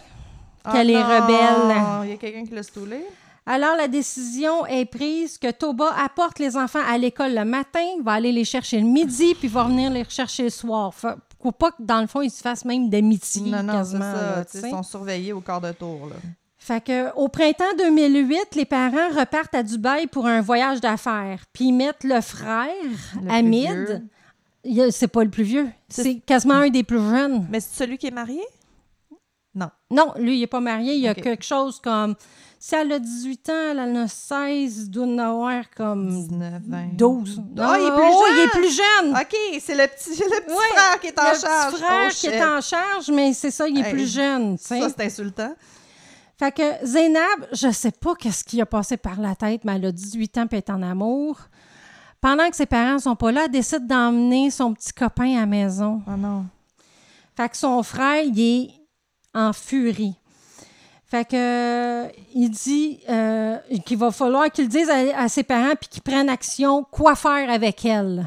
A: Ah
B: qu'elle est
A: non,
B: rebelle.
A: Il y a quelqu'un qui l'a stoulé?
B: Alors, la décision est prise que Toba apporte les enfants à l'école le matin, va aller les chercher le midi, puis va venir les rechercher le soir. Fait- Faut pas que, dans le fond, ils se fassent même d'amitié
A: Non, non, c'est
B: quasiment.
A: ça.
B: là,
A: tu sais,
B: tu sais.
A: Ils sont surveillés au quart de tour, là.
B: Fait que, au printemps 2008, les parents repartent à Dubaï pour un voyage d'affaires. Puis ils mettent le frère,
A: plus
B: Hamid.
A: vieux.
B: Il- C'est pas le plus vieux.
A: C'est-
B: C'est quasiment un des plus jeunes.
A: Mais c'est celui qui est marié? Non.
B: Non, lui, il n'est pas marié. Il y a
A: Ok.
B: quelque chose comme. Si elle a 18 ans, elle en a 16, il doit en avoir comme
A: 19, 20.
B: 12.
A: Ah, il est plus
B: oh, il
A: jeune!
B: est plus jeune!
A: OK, c'est le petit, le petit
B: Ouais,
A: frère qui est en
B: le
A: charge.
B: petit frère
A: Oh,
B: qui
A: shit.
B: est en charge, mais c'est ça, il est
A: Hey,
B: plus jeune. tu sais.
A: Ça, c'est insultant.
B: Fait que Zainab, je sais pas qu'est-ce qui a passé par la tête, mais elle a 18 ans puis elle est en amour. Pendant que ses parents sont pas là, elle décide d'emmener son petit copain à la maison.
A: Oh non.
B: Fait que son frère, il est en furie. Fait que euh, il dit euh, qu'il va falloir qu'il dise à, à ses parents puis qu'ils prennent action quoi faire avec elle.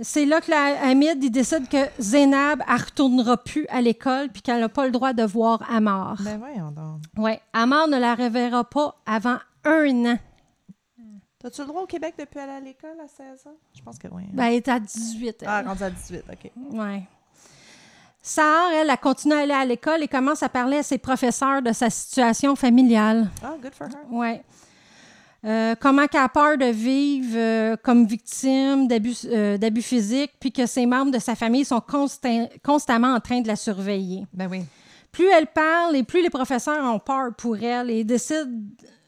B: C'est là que la, Hamid il décide que Zainab elle retournera plus à l'école puis qu'elle n'a pas le droit de voir Amar.
A: Ben voyons donc.
B: Ouais, Amar ne la reverra pas avant un an.
A: T'as-tu le droit au Québec depuis aller à l'école à 16 ans? Je pense que oui. hein.
B: Ben, elle est à 18. elle.
A: ah, rendu à 18, OK.
B: Ouais. Sahar, elle, a continué à aller à l'école et commence à parler à ses professeurs de sa situation familiale.
A: Ah, good for her.
B: Ouais. Euh, comment qu'elle a peur de vivre euh, comme victime d'abus euh, d'abus physiques, puis que ses membres de sa famille sont constin- constamment en train de la surveiller.
A: Ben oui.
B: Plus elle parle et plus les professeurs ont peur pour elle et décident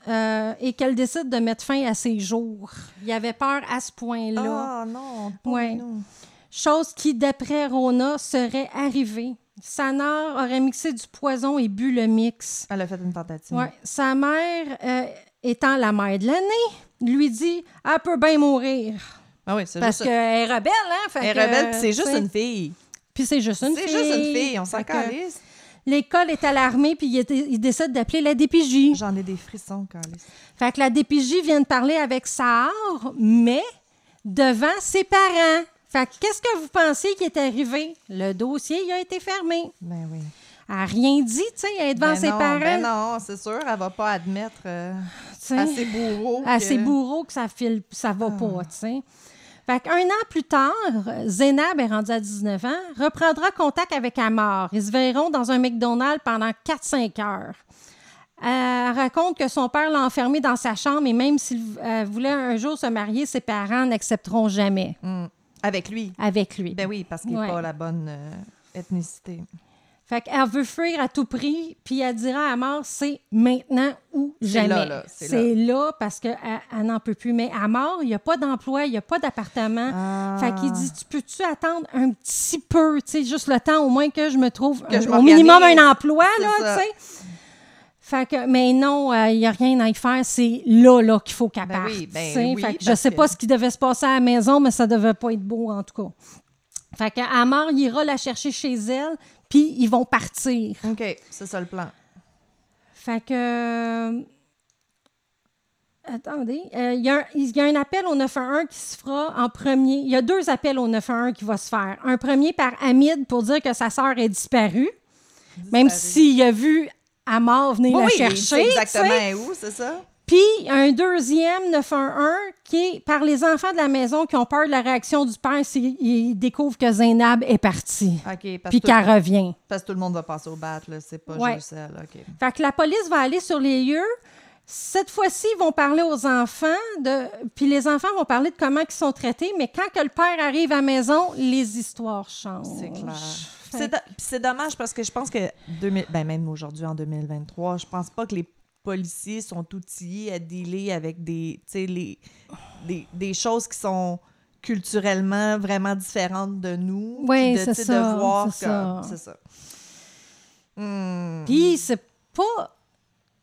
B: euh, et qu'elle décide de mettre fin à ses jours. Il avait peur à ce point-là.
A: Ah non, pas
B: Ouais.
A: nous.
B: chose qui, d'après Rona, serait arrivée. Sanar aurait mixé du poison et bu le mix.
A: Elle a fait une tentative.
B: Ouais. Sa mère, euh, étant la mère de l'année, lui dit Elle peut bien mourir.
A: Ah oui, c'est
B: Parce
A: juste...
B: qu'elle est rebelle, hein? fait
A: Elle est
B: que,
A: rebelle, puis c'est
B: tu
A: juste
B: sais,
A: une fille.
B: Puis c'est juste une
A: C'est
B: fille.
A: juste une fille, on s'en
B: Fait que
A: calisse.
B: L'école est alarmée, puis il, était- il décide d'appeler la DPJ.
A: J'en ai des frissons, calisse.
B: Fait que la DPJ vient de parler avec Sahar, mais devant ses parents. Fait que qu'est-ce que vous pensez qui est arrivé? Le dossier, il a été fermé.
A: Ben oui.
B: Elle n'a rien dit, tu sais, elle est devant
A: Ben
B: ses
A: non,
B: parents.
A: Ben non, c'est sûr, elle va pas admettre euh,
B: tu sais,
A: à ses bourreaux.
B: à
A: que- Ah.
B: ses bourreaux que ça file, ça va pas, tu sais. Fait qu'un an plus tard, Zénab est rendue à 19 ans, reprendra contact avec Amar. Ils se verront dans un McDonald's pendant 4-5 heures. Euh, Elle raconte que son père l'a enfermée dans sa chambre et même s'il euh, voulait un jour se marier, ses parents n'accepteront jamais
A: Mm. Avec lui.
B: avec lui.
A: Ben oui, parce qu'il n'est
B: Ouais.
A: pas la bonne euh, ethnicité.
B: Fait qu'elle veut fuir à tout prix, puis elle dira à Amar, c'est maintenant ou
A: C'est
B: jamais.
A: là, là, c'est là.
B: C'est là. parce qu'elle elle, n'en peut plus. Mais Amar, il n'y a pas d'emploi, il n'y a pas d'appartement.
A: Ah.
B: Fait qu'il dit, tu peux-tu attendre un petit peu, tu sais, juste le temps au moins que je me trouve
A: Que
B: un-
A: je
B: au
A: m'organise.
B: minimum un emploi,
A: C'est
B: là,
A: ça.
B: tu sais. Fait que, mais non, euh, il n'y a rien à y faire. C'est là, là qu'il faut qu'elle
A: Ben
B: parte.
A: oui, ben
B: tu sais.
A: oui,
B: fait que je
A: parce
B: sais pas
A: que-
B: ce qui devait se passer à la maison, mais ça devait pas être beau, en tout cas. Fait que Amar, il ira la chercher chez elle, puis ils vont partir.
A: OK, c'est ça le plan.
B: Fait que. euh, Attendez, euh, il y, a un- il y a un appel au 911 qui se fera en premier. Il y a deux appels au 911 qui vont se faire. Un premier par Hamid pour dire que sa sœur est disparue, même s'il a vu Amar venir
A: Oui,
B: la
A: oui,
B: chercher.
A: il sait
B: tu sais.
A: exactement où, c'est ça?
B: Puis un deuxième 911 qui est par les enfants de la maison qui ont peur de la réaction du père s'ils ils découvrent que Zainab est partie,
A: OK, parce,
B: puis
A: que Ah, tout,
B: qu'elle revient.
A: parce que tout le monde va passer au bat, là. C'est pas
B: Ouais.
A: juste elle, OK.
B: Fait que la police va aller sur les lieux. Cette fois-ci, ils vont parler aux enfants, de... puis les enfants vont parler de comment ils sont traités, mais quand que le père arrive à la maison, les histoires changent.
A: C'est clair. Puis
B: Fait
A: C'est do- puis c'est dommage parce que je pense que 2000, ben même aujourd'hui en 2023, je pense pas que les policiers sont outillés à dealer avec des, tu sais, les, des, des choses qui sont culturellement vraiment différentes de nous. puis
B: Ouais,
A: de,
B: c'est
A: tu sais,
B: ça,
A: De voir
B: c'est
A: comme-
B: ça.
A: C'est ça. Hmm.
B: Puis c'est pas.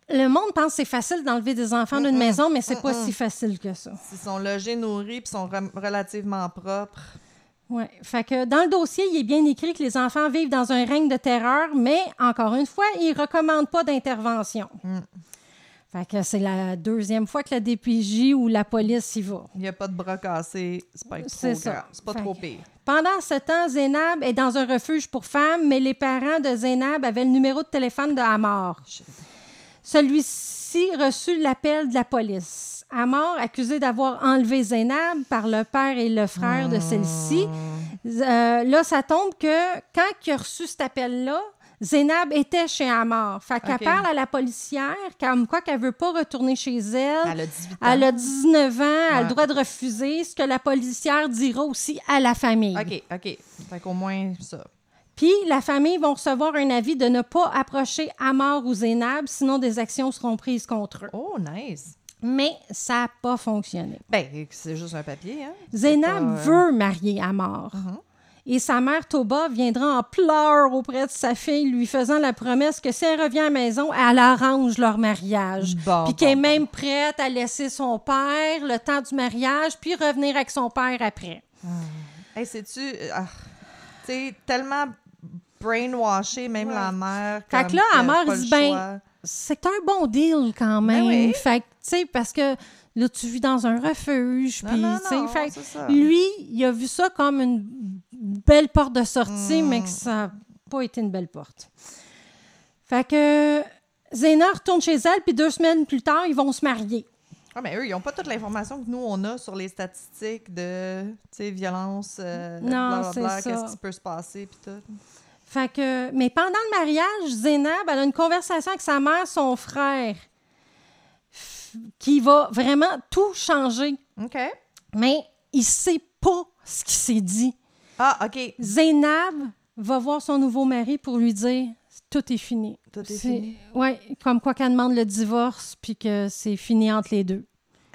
B: Le monde pense que c'est facile d'enlever des enfants d'une maison, mais c'est pas si facile que ça.
A: Ils sont logés, nourris, puis sont re- relativement propres.
B: Ouais. Fait que dans le dossier, il est bien écrit que les enfants vivent dans un règne de terreur, mais encore une fois, ils ne recommandent pas d'intervention.
A: Mm.
B: Fait que c'est la deuxième fois que la DPJ ou la police y va.
A: Il n'y a pas de bras cassés. C'est pas trop
B: C'est ça.
A: grave. C'est pas
B: Fait
A: trop
B: que-
A: pire.
B: Pendant ce temps, Zainab est dans un refuge pour femmes, mais les parents de Zainab avaient le numéro de téléphone de Hamar.
A: Shit.
B: Celui-ci reçut l'appel de la police. Hamar, accusé d'avoir enlevé Zainab par le père et le frère de celle-ci, euh, là, ça tombe que quand il a reçu cet appel-là, Zainab était chez Hamar. Fait qu'elle
A: Ok.
B: parle à la policière comme quoi qu'elle veut pas retourner chez elle.
A: Elle a 18 ans.
B: Elle a 19 ans, elle a
A: Ouais.
B: le droit de refuser, ce que la policière dira aussi à la famille.
A: OK, OK. Fait qu'au moins, ça.
B: Puis la famille vont recevoir un avis de ne pas approcher Amar ou Zénab, sinon des actions seront prises contre eux.
A: Oh, nice.
B: Mais ça n'a pas fonctionné.
A: Ben, c'est juste un papier, hein? C'est
B: Zénab
A: pas, euh, Mhm.
B: veut marier Amar. Et sa mère Toba viendra en pleurs auprès de sa fille, lui faisant la promesse que si elle revient à la maison, elle arrange leur mariage.
A: Bon, bon,
B: puis qu'elle est
A: bon.
B: même prête à laisser son père le temps du mariage, puis revenir avec son père après.
A: Hey, sais-tu... euh, ah, tu sais, tellement brainwashé, même
B: Ouais.
A: la mère...
B: Fait
A: comme
B: que là,
A: a
B: Amar,
A: pas
B: il
A: le
B: dit, ben,
A: choix.
B: c'est un bon deal quand
A: Ben
B: même.
A: oui.
B: Fait que, tu sais, parce que là, tu vis dans un refuge.
A: Non,
B: puis,
A: non,
B: tu sais,
A: non,
B: fait que
A: c'est ça.
B: lui, il a vu ça comme une belle porte de sortie, mais que ça n'a pas été une belle porte. Fait que Zéna retourne chez elle, puis deux semaines plus tard, ils vont se marier.
A: Ah, mais eux, ils n'ont pas toute l'information que nous, on a sur les statistiques de, tu sais, violence, euh,
B: Non,
A: blablabla,
B: c'est ça.
A: qu'est-ce qui peut se passer, puis tout.
B: Fait que, mais pendant le mariage, Zénab, elle a une conversation avec sa mère, son frère, f- qui va vraiment tout changer.
A: OK.
B: Mais il sait pas ce qui s'est dit.
A: Ah, OK.
B: Zainab va voir son nouveau mari pour lui dire tout est fini.
A: Tout est fini.
B: Oui, comme quoi qu'elle demande le divorce puis que c'est fini entre les deux.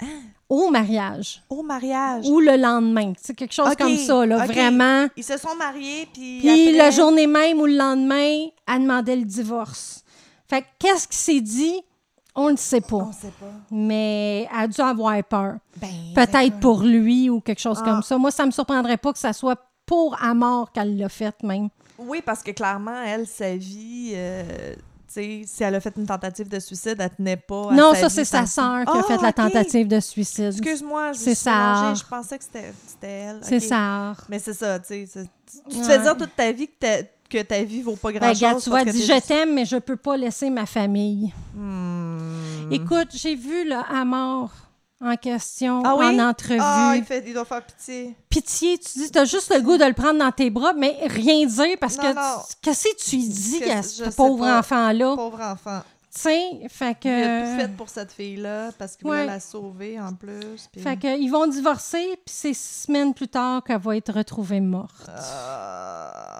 A: Ah.
B: Au mariage
A: Au mariage.
B: ou le lendemain, c'est quelque chose
A: Ok,
B: comme ça là,
A: ok.
B: vraiment.
A: Ils se sont mariés, puis.
B: Puis
A: après-
B: la journée même ou le lendemain, elle demandait le divorce. Fait que qu'est-ce qui s'est dit On ne sait pas,
A: On sait pas.
B: mais elle a dû avoir peur.
A: Ben.
B: Peut-être pour lui ou quelque chose
A: Ah.
B: comme ça. Moi, ça me surprendrait pas que ça soit pour Amor qu'elle l'a faite même.
A: Oui, parce que clairement, elle, sa vie. euh, tu sais, si elle a fait une tentative de suicide, elle tenait pas. à
B: Non,
A: sa
B: ça,
A: vie
B: c'est sa
A: comme
B: sœur qui a
A: Ah,
B: fait la
A: ok.
B: tentative de suicide.
A: Excuse-moi, je me
B: C'est
A: suis mélangée,
B: ça.
A: Je pensais que c'était c'était elle.
B: C'est
A: ok.
B: ça.
A: Mais c'est ça, tu sais. c'est- Tu tu te
B: Ouais.
A: fais dire toute ta vie que ta, que ta vie vaut pas
B: Ben,
A: grand-chose.
B: regarde, tu vois,
A: parce
B: elle
A: que
B: dit
A: t'es
B: Je t'aime, mais je peux pas laisser ma famille.
A: Hmm.
B: Écoute, j'ai vu le Amor en question,
A: Ah oui?
B: en entrevue.
A: Ah, il, fait, il doit faire pitié.
B: Pitié, tu dis, t'as juste le goût de le prendre dans tes bras, mais rien dire parce
A: Non,
B: que
A: non.
B: tu- qu'est-ce que tu lui dis
A: Qu'est-ce- je
B: à ce
A: sais
B: pauvre
A: pas.
B: enfant-là?
A: Pauvre enfant.
B: Tu sais, fait que.
A: Il a tout fait pour cette fille-là parce qu'il
B: Euh. Ouais.
A: voulait la sauver en plus. puis-
B: Fait que, ils vont divorcer, puis c'est six semaines plus tard qu'elle va être retrouvée morte.
A: Ah.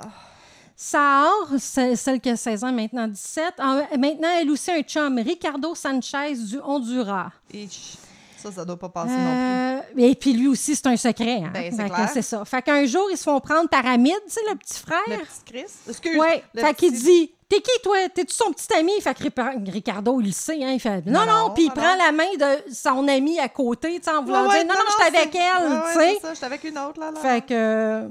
B: Saor, ce- celle qui a 16 ans, maintenant 17, a maintenant elle aussi un chum, Ricardo Sanchez du Honduras.
A: Ich. Ça, ça doit pas passer non
B: Euh, et puis lui aussi, c'est un secret. hein.
A: Ben, c'est
B: Fait que
A: clair.
B: c'est ça. Fait qu'un jour, ils se font prendre par Hamid, tu sais, le petit
A: plus.
B: frère.
A: Le petit Chris. Excuse.
B: ouais.
A: le
B: fait qu'il
A: petit-
B: dit T'es qui, toi T'es-tu son petit ami Fait que Ripa- Ricardo, il le sait. Hein? Il fait
A: Non,
B: Non, non.
A: non,
B: Puis il
A: non,
B: prend la main de son ami à côté, tu sais, en
A: Ouais,
B: voulant
A: ouais,
B: dire Non, non, je suis avec
A: c'est-
B: elle,
A: ouais, ouais,
B: tu sais.
A: c'est ça, j'étais avec une autre, là. là.
B: Fait que, euh,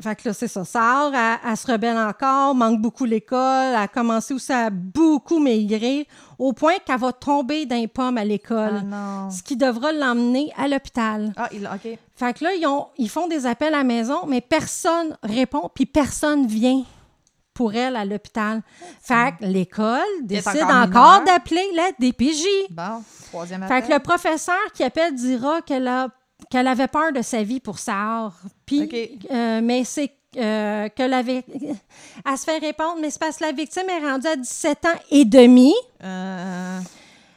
B: fait que là, c'est ça. Sarah, elle, elle se rebelle encore, manque beaucoup l'école, elle a commencé aussi à beaucoup maigrir, au point qu'elle va tomber d'un pomme à
A: Ah
B: l'école,
A: non.
B: ce qui devra l'emmener à l'hôpital.
A: Ah, il, OK.
B: Fait que là, ils, ont- ils font des appels à la maison, mais personne répond, puis personne vient pour elle à l'hôpital. Fait que l'école
A: est
B: décide
A: encore
B: encore
A: mineure.
B: d'appeler la DPJ.
A: Bon, troisième
B: Fait
A: appel.
B: que le professeur qui appelle dira qu'elle a qu'elle avait peur de sa vie pour Sahar. Puis,
A: Ok.
B: euh, mais c'est euh, que la vic- elle se fait répondre, mais c'est parce que la victime est rendue à 17 ans et demi.
A: Euh,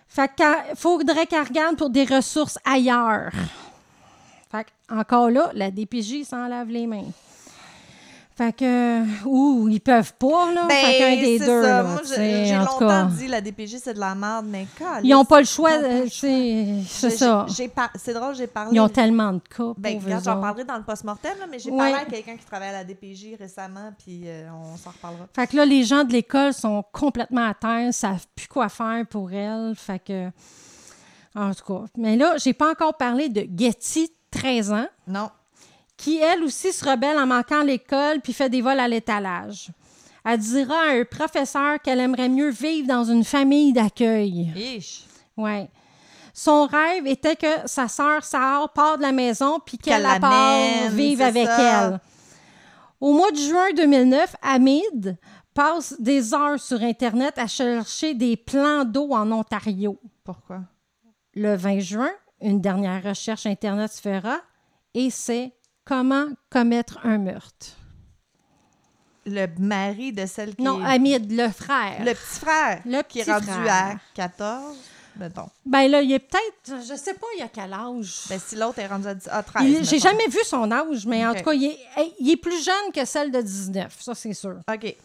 B: Fait qu'il faudrait qu'elle regarde pour des ressources ailleurs. Fait que, encore là, la DPJ s'en lave les mains. Fait que, ouh, ils peuvent pas, là.
A: ben,
B: fait qu'un Oh, des
A: c'est
B: deux,
A: ça.
B: là,
A: Moi,
B: tu
A: j'ai-
B: sais,
A: j'ai
B: en tout cas.
A: longtemps dit la DPJ, c'est de la merde, mais
B: Ils n'ont pas le choix,
A: Ils ont pas le
B: euh, c'est c'est
A: J'ai-
B: ça.
A: j'ai par- C'est drôle, j'ai parlé
B: Ils ont tellement de cas.
A: Ben,
B: pauvres
A: regarde,
B: eux
A: j'en
B: autres.
A: parlerai dans le post-mortem, là, mais j'ai
B: Ouais.
A: parlé à quelqu'un qui travaille à la DPJ récemment, puis euh, on s'en reparlera.
B: Fait que là, les gens de l'école sont complètement à terre, savent plus quoi faire pour elle. Fait que. En tout cas. Mais là, j'ai pas encore parlé de Getty, 13 ans,
A: Non.
B: qui elle aussi se rebelle en manquant l'école puis fait des vols à l'étalage. Elle dira à un professeur qu'elle aimerait mieux vivre dans une famille d'accueil.
A: Ich.
B: Ouais. Son rêve était que sa sœur Sarah parte de la maison puis
A: Qu'elle
B: qu'elle la part
A: l'amène,
B: vive
A: c'est
B: avec
A: ça.
B: elle. Au mois de juin 2009, Hamid passe des heures sur Internet à chercher des plans d'eau en Ontario.
A: Pourquoi?
B: Le 20 juin, une dernière recherche Internet se fera et c'est comment commettre un meurtre.
A: Le mari de celle qui
B: Non,
A: est...
B: Hamid, le frère.
A: Le petit frère
B: Le
A: qui est
B: petit
A: rendu
B: frère.
A: à 14. mettons.
B: Ben là, il est peut-être, je sais pas, il a quel âge.
A: Ben, si l'autre est rendu à, dix- à
B: Il-
A: 13.
B: J'ai
A: mettons.
B: jamais vu son âge, mais en
A: Ok.
B: tout cas, il est, hey, il est plus jeune que celle de 19, ça c'est sûr.
A: OK.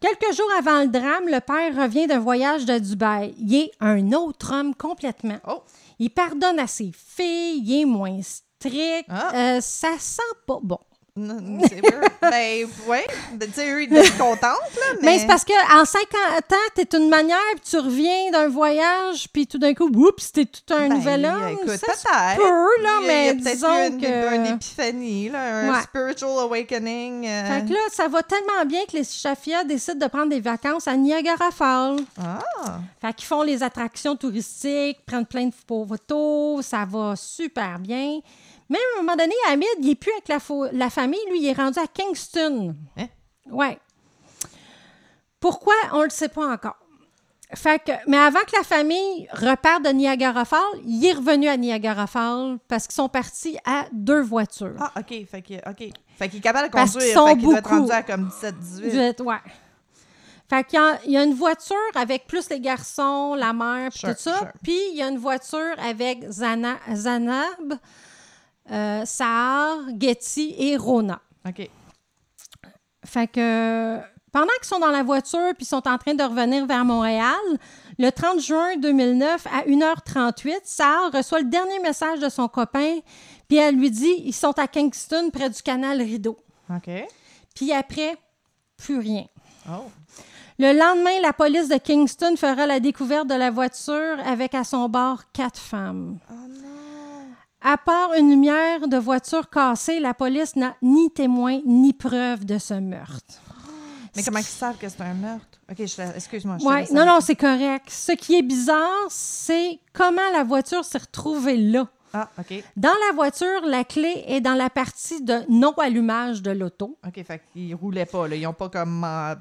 B: Quelques jours avant le drame, le père revient d'un voyage de Dubaï. Il est un autre homme complètement.
A: Oh,
B: Il pardonne à ses filles, il est moins strict.
A: Ah.
B: euh, ça sent pas bon.
A: non, c'est vrai. ben, ouais. Ben, Tu sais, eux, ils doivent être contents, là. Mais,
B: Mais, Ben, c'est parce que en 50 ans, t'es une manière, puis tu reviens d'un voyage, puis tout d'un coup, oups, t'es tout un
A: Ben,
B: nouvel homme.
A: écoute,
B: ça se
A: peut-être.
B: peut,
A: Il
B: là,
A: y a- il y
B: mais
A: a peut-être
B: disons
A: eu une,
B: que...
A: une épiphanie, là, un
B: Ouais.
A: spiritual awakening. euh.
B: Fait que là, ça va tellement bien que les Chafia décident de prendre des vacances à Niagara Falls.
A: Ah!
B: Fait qu'ils font les attractions touristiques, prennent plein de photos, ça va super bien. Mais à un moment donné, Hamid, il n'est plus avec la, fo- la famille, lui, il est rendu à Kingston.
A: Hein?
B: Ouais. Pourquoi, on ne le sait pas encore. Fait que, mais avant que la famille reparte de Niagara Falls, il est revenu à Niagara Falls parce qu'ils sont partis à deux voitures.
A: Ah, OK. Fait que, OK. Fait qu'il est capable de
B: Parce
A: conduire.
B: qu'ils sont
A: fait qu'il doit être
B: beaucoup.
A: rendu à comme 17, 18.
B: Du- ouais. Fait qu'il y a- il y, a une voiture avec plus les garçons, la mère, puis
A: Sure,
B: tout ça.
A: sure.
B: Puis il y a une voiture avec Zana, Zanab, euh, Sahar, Getty et Rona.
A: OK.
B: Fait que pendant qu'ils sont dans la voiture puis sont en train de revenir vers Montréal, le 30 juin 2009 à 1h38, Sahar reçoit le dernier message de son copain puis elle lui dit ils sont à Kingston près du canal Rideau.
A: OK.
B: Puis après plus rien.
A: Oh.
B: Le lendemain, la police de Kingston fera la découverte de la voiture avec à son bord quatre femmes.
A: Oh non!
B: À part une lumière de voiture cassée, la police n'a ni témoin ni preuve de ce meurtre.
A: Mais comment ils savent que c'est un meurtre? OK, je te- excuse-moi. je te
B: Ouais,
A: laisse
B: non,
A: aller.
B: non, c'est correct. Ce qui est bizarre, c'est comment la voiture s'est retrouvée là.
A: Ah, OK.
B: Dans la voiture, la clé est dans la partie de non-allumage de l'auto.
A: OK, fait qu'ils roulaient pas, là. Ils ont pas comme euh,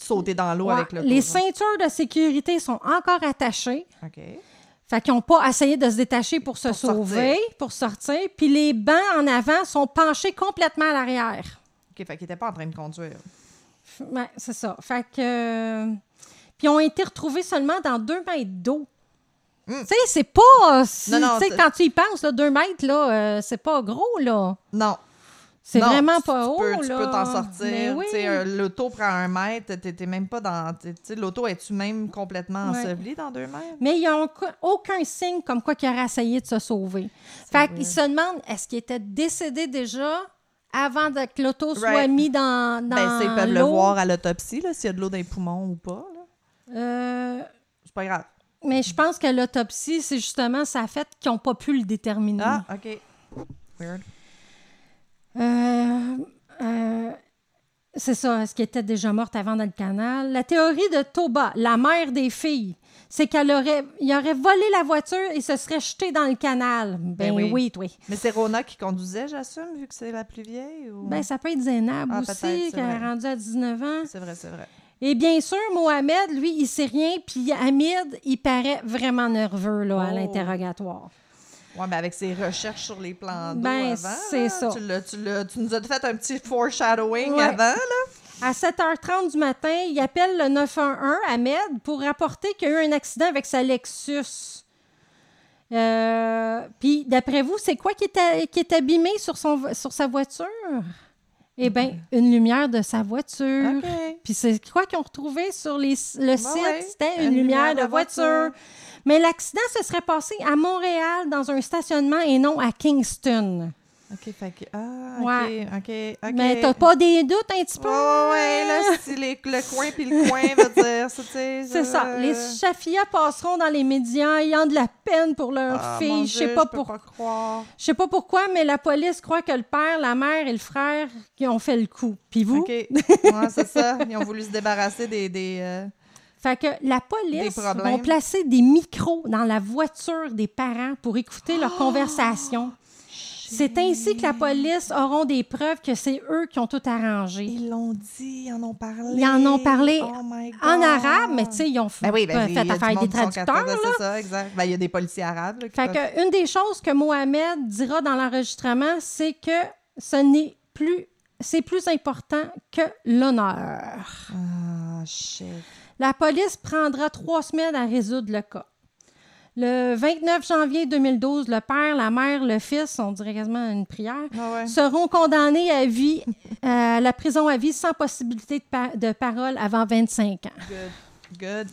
A: sauté dans l'eau
B: Ouais,
A: avec le
B: les ceintures de sécurité sont encore attachées.
A: OK.
B: Fait qu'ils n'ont pas essayé de se détacher pour se
A: Pour
B: sauver, pour sortir. Puis les bancs en avant sont penchés complètement à l'arrière.
A: OK, fait qu'ils étaient pas en train de conduire.
B: F- ouais, c'est ça. Fait que. euh, Puis ils ont été retrouvés seulement dans deux mètres d'eau.
A: Mm.
B: Tu sais, c'est pas. euh, si-
A: Non, non,
B: tu sais,
A: c'est-
B: quand tu y penses, là, deux mètres, là, euh, c'est pas gros, là.
A: Non.
B: C'est
A: non,
B: vraiment
A: tu-
B: pas
A: tu
B: haut.
A: Peux, tu
B: là.
A: peux t'en
B: Mais
A: sortir.
B: oui.
A: Tu sais, euh, l'auto prend un mètre. T'es t'es même pas dans. t'es- Tu sais, l'auto, es-tu même complètement
B: Ouais.
A: ensevelie dans deux mètres?
B: Mais ils n'ont aucun signe comme quoi qu'ils auraient essayé de se sauver. Fait qu'ils
A: weird.
B: se demandent est-ce qu'ils étaient décédés déjà avant de- que l'auto soit
A: Right.
B: mis dans, dans
A: Ben, ça, ils peuvent le
B: l'eau?
A: voir à l'autopsie, là, s'il y a de l'eau dans les poumons ou pas. là.
B: Euh,
A: C'est pas grave.
B: mais je pense que l'autopsie, c'est justement ça fait qu'ils n'ont pas pu le déterminer.
A: Ah, OK. Weird.
B: Euh, euh, c'est ça, est-ce qu'elle était déjà morte avant dans le canal? La théorie de Toba, la mère des filles, c'est qu'elle aurait, il aurait volé la voiture et se serait jetée dans le canal. Ben,
A: Ben oui.
B: oui, oui. toi.
A: Mais c'est Rona qui conduisait, j'assume, vu que c'est la plus vieille? Ou...
B: Ben, ça peut être Zainab
A: Ah, peut-être,
B: aussi,
A: c'est
B: qu'elle est
A: vrai.
B: rendue à 19 ans.
A: C'est vrai, c'est vrai.
B: Et bien sûr, Mohamed, lui, il sait rien, puis Hamid, il paraît vraiment nerveux là, à
A: Oh.
B: l'interrogatoire.
A: Ouais, mais avec ses recherches sur les plans d'eau
B: Ben,
A: avant.
B: c'est
A: là,
B: ça.
A: Tu, l'as- tu, l'as- tu nous as fait un petit foreshadowing
B: Ouais.
A: avant, là.
B: À 7h30 du matin, il appelle le 911 à Med pour rapporter qu'il y a eu un accident avec sa Lexus. Euh, Puis, d'après vous, c'est quoi qui est, a- qui est abîmé sur, son, vo- sur sa voiture? Eh bien, une lumière de sa voiture.
A: Euh. OK.
B: Puis c'est quoi qu'ils ont retrouvé sur les- le site?
A: ouais,
B: C'était une, lumière, de voiture.
A: voiture.
B: Mais l'accident se serait passé à Montréal dans un stationnement et non à Kingston.
A: OK, fait que. Ah,
B: Ouais.
A: OK, OK. OK.
B: Mais t'as pas des doutes un petit peu?
A: Ouais, ouais, là, si les- le coin puis le coin veut dire, ça, tu sais.
B: C'est ça.
A: euh,
B: Les Chafia passeront dans les médias ayant de la peine pour leur
A: ah, mon
B: fille. Je
A: Dieu,
B: sais pas
A: peux
B: pour,
A: pas croire.
B: je sais pas pourquoi, mais la police croit que le père, la mère et le frère qui ont fait le coup. Puis vous,
A: OK. Ouais, c'est ça. Ils ont voulu se débarrasser des. des euh,
B: fait que la police
A: Des problèmes.
B: vont placer des micros dans la voiture des parents pour écouter
A: Ah!
B: leurs conversations. C'est ainsi que la police auront des preuves que c'est eux qui ont tout arrangé.
A: Ils l'ont dit, ils en ont parlé.
B: Ils en ont parlé
A: Oh my
B: En
A: God.
B: arabe, mais tu sais, ils ont fait,
A: Ben oui, ben, oui, il
B: fait
A: y a du
B: affaire
A: monde
B: des
A: qui sont capables
B: traducteurs.
A: de- C'est ça, exact. Ben, il y a des policiers arabes. là, qui
B: Fait
A: peuvent-
B: que une des choses que Mohamed dira dans l'enregistrement, c'est que ce n'est plus c'est plus important que l'honneur.
A: Ah, shit.
B: La police prendra trois semaines à résoudre le cas. Le 29 janvier 2012, le père, la mère, le fils, on dirait quasiment une prière,
A: Ah ouais.
B: seront condamnés à vie, euh, à la prison à vie sans possibilité de, pa- de parole avant 25 ans.
A: Good. Good.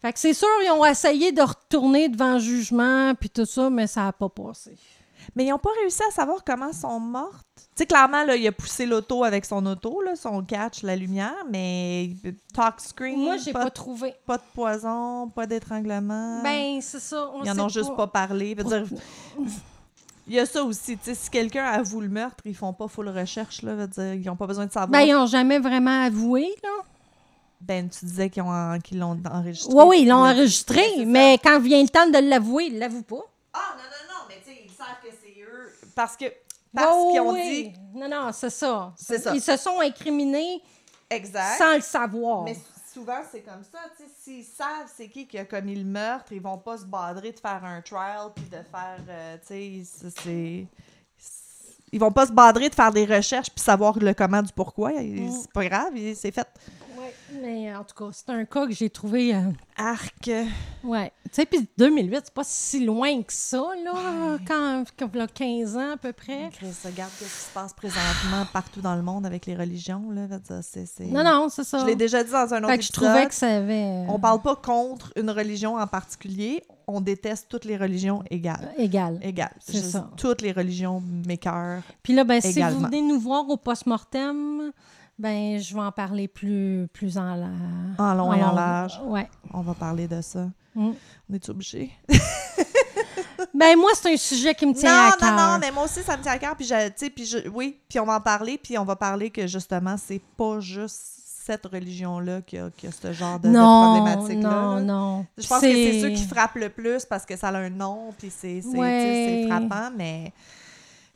B: Fait que c'est sûr, ils ont essayé de retourner devant le jugement, puis tout ça, mais ça n'a pas passé.
A: Mais ils n'ont pas réussi à savoir comment sont mortes. Tu sais, clairement, là, il a poussé l'auto avec son auto, là, son catch, la lumière, mais talk screen,
B: Moi, j'ai
A: pas,
B: pas
A: de-
B: trouvé.
A: pas de poison, pas d'étranglement.
B: Ben, c'est ça. On
A: Euh, Ils en
B: sait
A: ont juste pas parlé. Je veux dire, il y a ça aussi. tu sais, Si quelqu'un avoue le meurtre, ils font pas full recherche. Là, je veux dire, ils n'ont pas besoin de savoir.
B: Ben,
A: Ben,
B: ils n'ont jamais vraiment avoué, là.
A: tu disais qu'ils ont en- qu'ils l'ont enregistré.
B: Oui, oui, ils l'ont
A: Ouais.
B: enregistré, mais quand vient le temps de l'avouer, ils ne l'avouent pas.
A: Ah, non, non, non, mais tu sais, ils savent que c'est eux. Parce que. Parce
B: Ouais,
A: qu'ils ont
B: ouais,
A: dit.
B: ouais. Non, non, c'est ça.
A: C'est ça.
B: Ils se sont incriminés
A: Exact.
B: sans le savoir.
A: Mais sou- souvent, c'est comme ça. tu sais, S'ils savent c'est qui qui a commis le meurtre, ils vont pas se badrer de faire un trial puis de faire. euh, tu sais, ça, c'est. c'est- Ils vont pas se badrer de faire des recherches puis savoir le comment du pourquoi. Et
B: Mm.
A: C'est pas grave, et c'est fait.
B: Ouais, mais en tout cas, c'est un cas que j'ai trouvé. euh,
A: Arc.
B: ouais. Tu sais, puis 2008, c'est pas si loin que ça, là, quand, quand il y a 15 ans à peu près.
A: Chris, regarde ce qui se passe présentement partout dans le monde avec les religions. Là. Je veux dire, c'est- c'est-
B: Non, non, c'est ça.
A: Je l'ai déjà dit dans un autre
B: Fait que je
A: épisode.
B: trouvais que ça avait
A: On parle pas contre une religion en particulier. On déteste toutes les religions égales.
B: euh, égal.
A: Égal.
B: C'est
A: Je-
B: ça.
A: Toutes les religions m'écœurent.
B: Puis là, ben, si vous
A: Également.
B: venez nous voir au post-mortem, ben, je vais en parler plus, plus en, la...
A: En long et en large.
B: Ouais.
A: On va parler de ça.
B: Mm.
A: On est obligé.
B: Ben, moi, c'est un sujet qui me tient
A: Non,
B: à cœur.
A: non, non, mais moi aussi ça me tient à cœur puis je- tu sais puis je- oui, puis on va en parler puis on va parler que justement c'est pas juste cette religion là qui a, qui a ce genre de, de problématique là.
B: Non, non.
A: Je pense que c'est ceux qui frappent le plus parce que ça a un nom puis c'est c'est- tu sais,
B: Ouais.
A: c'est frappant mais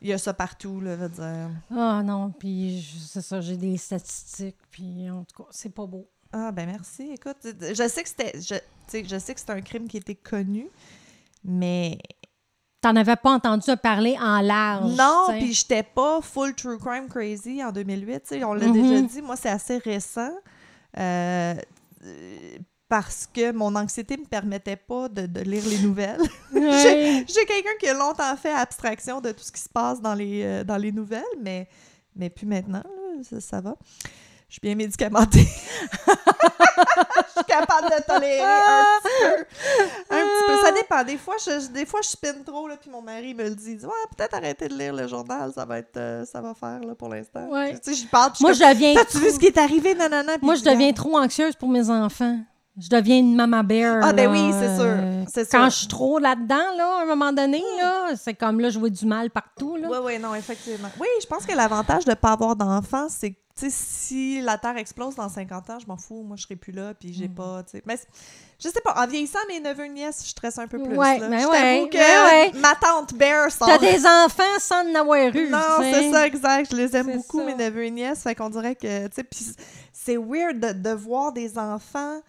A: il y a ça partout là, je veux dire.
B: Ah non, puis je- c'est ça, j'ai des statistiques, puis en tout cas, c'est pas beau.
A: Ah ben merci. Écoute, je sais que c'était je, tu sais, je sais que c'est un crime qui était connu mais
B: T'en avais pas entendu parler en large.
A: Non,
B: tu sais.
A: puis j'étais pas full true crime crazy en 2008. tu sais, On l'a
B: Mhm.
A: déjà dit, moi, c'est assez récent. euh, euh, parce que mon anxiété me permettait pas de, de lire les nouvelles.
B: Ouais.
A: J'ai quelqu'un qui a longtemps fait abstraction de tout ce qui se passe dans les, euh, dans les nouvelles, mais, mais plus maintenant, là, ça, ça va. Je suis bien médicamentée. Je suis capable de tolérer un petit peu. Un petit peu. Ça dépend. Des fois, je, je- des fois, je spinne trop, là, puis mon mari me le dit. Il dit, Ouais, peut-être arrêter de lire le journal, ça va, être, euh, ça va faire là, pour l'instant.
B: Ouais.
A: Tu sais, j'y parle. puis
B: Moi,
A: je
B: je deviens.
A: tu vu ce qui est arrivé? Non, non, non. Puis
B: Moi,
A: il
B: je
A: dit,
B: deviens trop anxieuse pour mes enfants. Je deviens une mama bear.
A: Ah, ben
B: là,
A: oui, c'est
B: euh,
A: sûr. C'est sûr.
B: Quand je suis trop là-dedans, là, à un moment donné, là, c'est comme là, je vois du mal partout, là.
A: Oui, oui, non, effectivement. Oui, je pense que l'avantage de ne pas avoir d'enfants, c'est que tu sais, si la Terre explose dans 50 ans, je m'en fous, moi je serai plus là, puis
B: Mm.
A: j'ai pas, tu sais. Mais c'est- je sais pas, en vieillissant, mes neveux et nièces, je stresse un peu plus.
B: Ouais,
A: là.
B: mais
A: je
B: ouais,
A: t'avoue que
B: mais
A: ma tante Bear sort.
B: T'as des enfants sans en avoir eu.
A: Non,
B: tu sais.
A: c'est ça, exact. Je les aime
B: C'est
A: beaucoup,
B: ça.
A: mes neveux et nièces. Fait qu'on dirait que, tu sais, puis c'est weird de, de voir des enfants,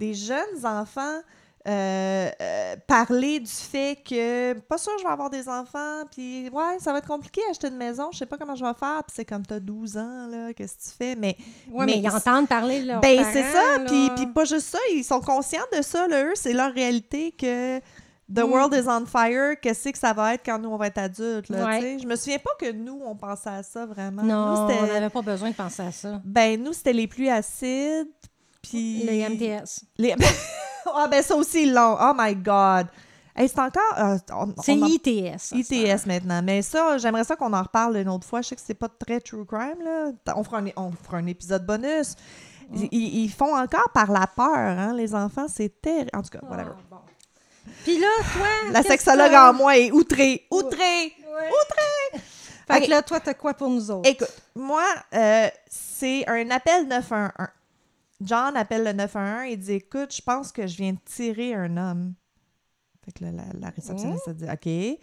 A: des jeunes enfants, euh, euh, parler du fait que, pas sûr, je vais avoir des enfants, puis ouais, ça va être compliqué acheter une maison, je sais pas comment je vais faire, puis c'est comme t'as 12 ans, là, qu'est-ce que tu fais? Mais
B: Ouais, mais,
A: Mais
B: ils
A: c'est-
B: entendent parler de leurs
A: ben,
B: parents,
A: c'est ça.
B: là.
A: Puis, puis pas juste ça, ils sont conscients de ça, là, eux. C'est leur réalité que
B: Mm.
A: the world is on fire. Qu'est-ce que ça va être quand nous, on va être adultes, là,
B: Ouais.
A: tu sais. Je me souviens pas que nous, on pensait à ça vraiment.
B: Non,
A: Nous,
B: on
A: c'était,
B: n'avait pas besoin de penser à ça.
A: ben, nous, c'était les pluies acides, puis...
B: Le MTS.
A: les- ah, ben ça aussi, ils l'ont. Oh my God! Hey, c'est encore... euh, on-
B: C'est
A: on en-
B: ITS. ça.
A: ITS maintenant. Mais ça, j'aimerais ça qu'on en reparle une autre fois. Je sais que c'est pas très true crime, là. T- On fera un, on fera un épisode bonus. Ils, ils- ils font encore par la peur, hein, les enfants. C'est terrible. En tout cas, whatever.
B: Ah, bon. Puis là, toi.
A: La
B: qu'est-ce
A: sexologue
B: que-
A: en moi est outrée. Outrée!
B: Ouais. Fait
A: Outrée!
B: que là, toi, t'as quoi pour nous autres?
A: Écoute, moi, euh, c'est un appel 911. John appelle le 911 et dit Écoute, je pense que je viens de tirer un homme. Fait que là, la, la réceptionniste a dit OK.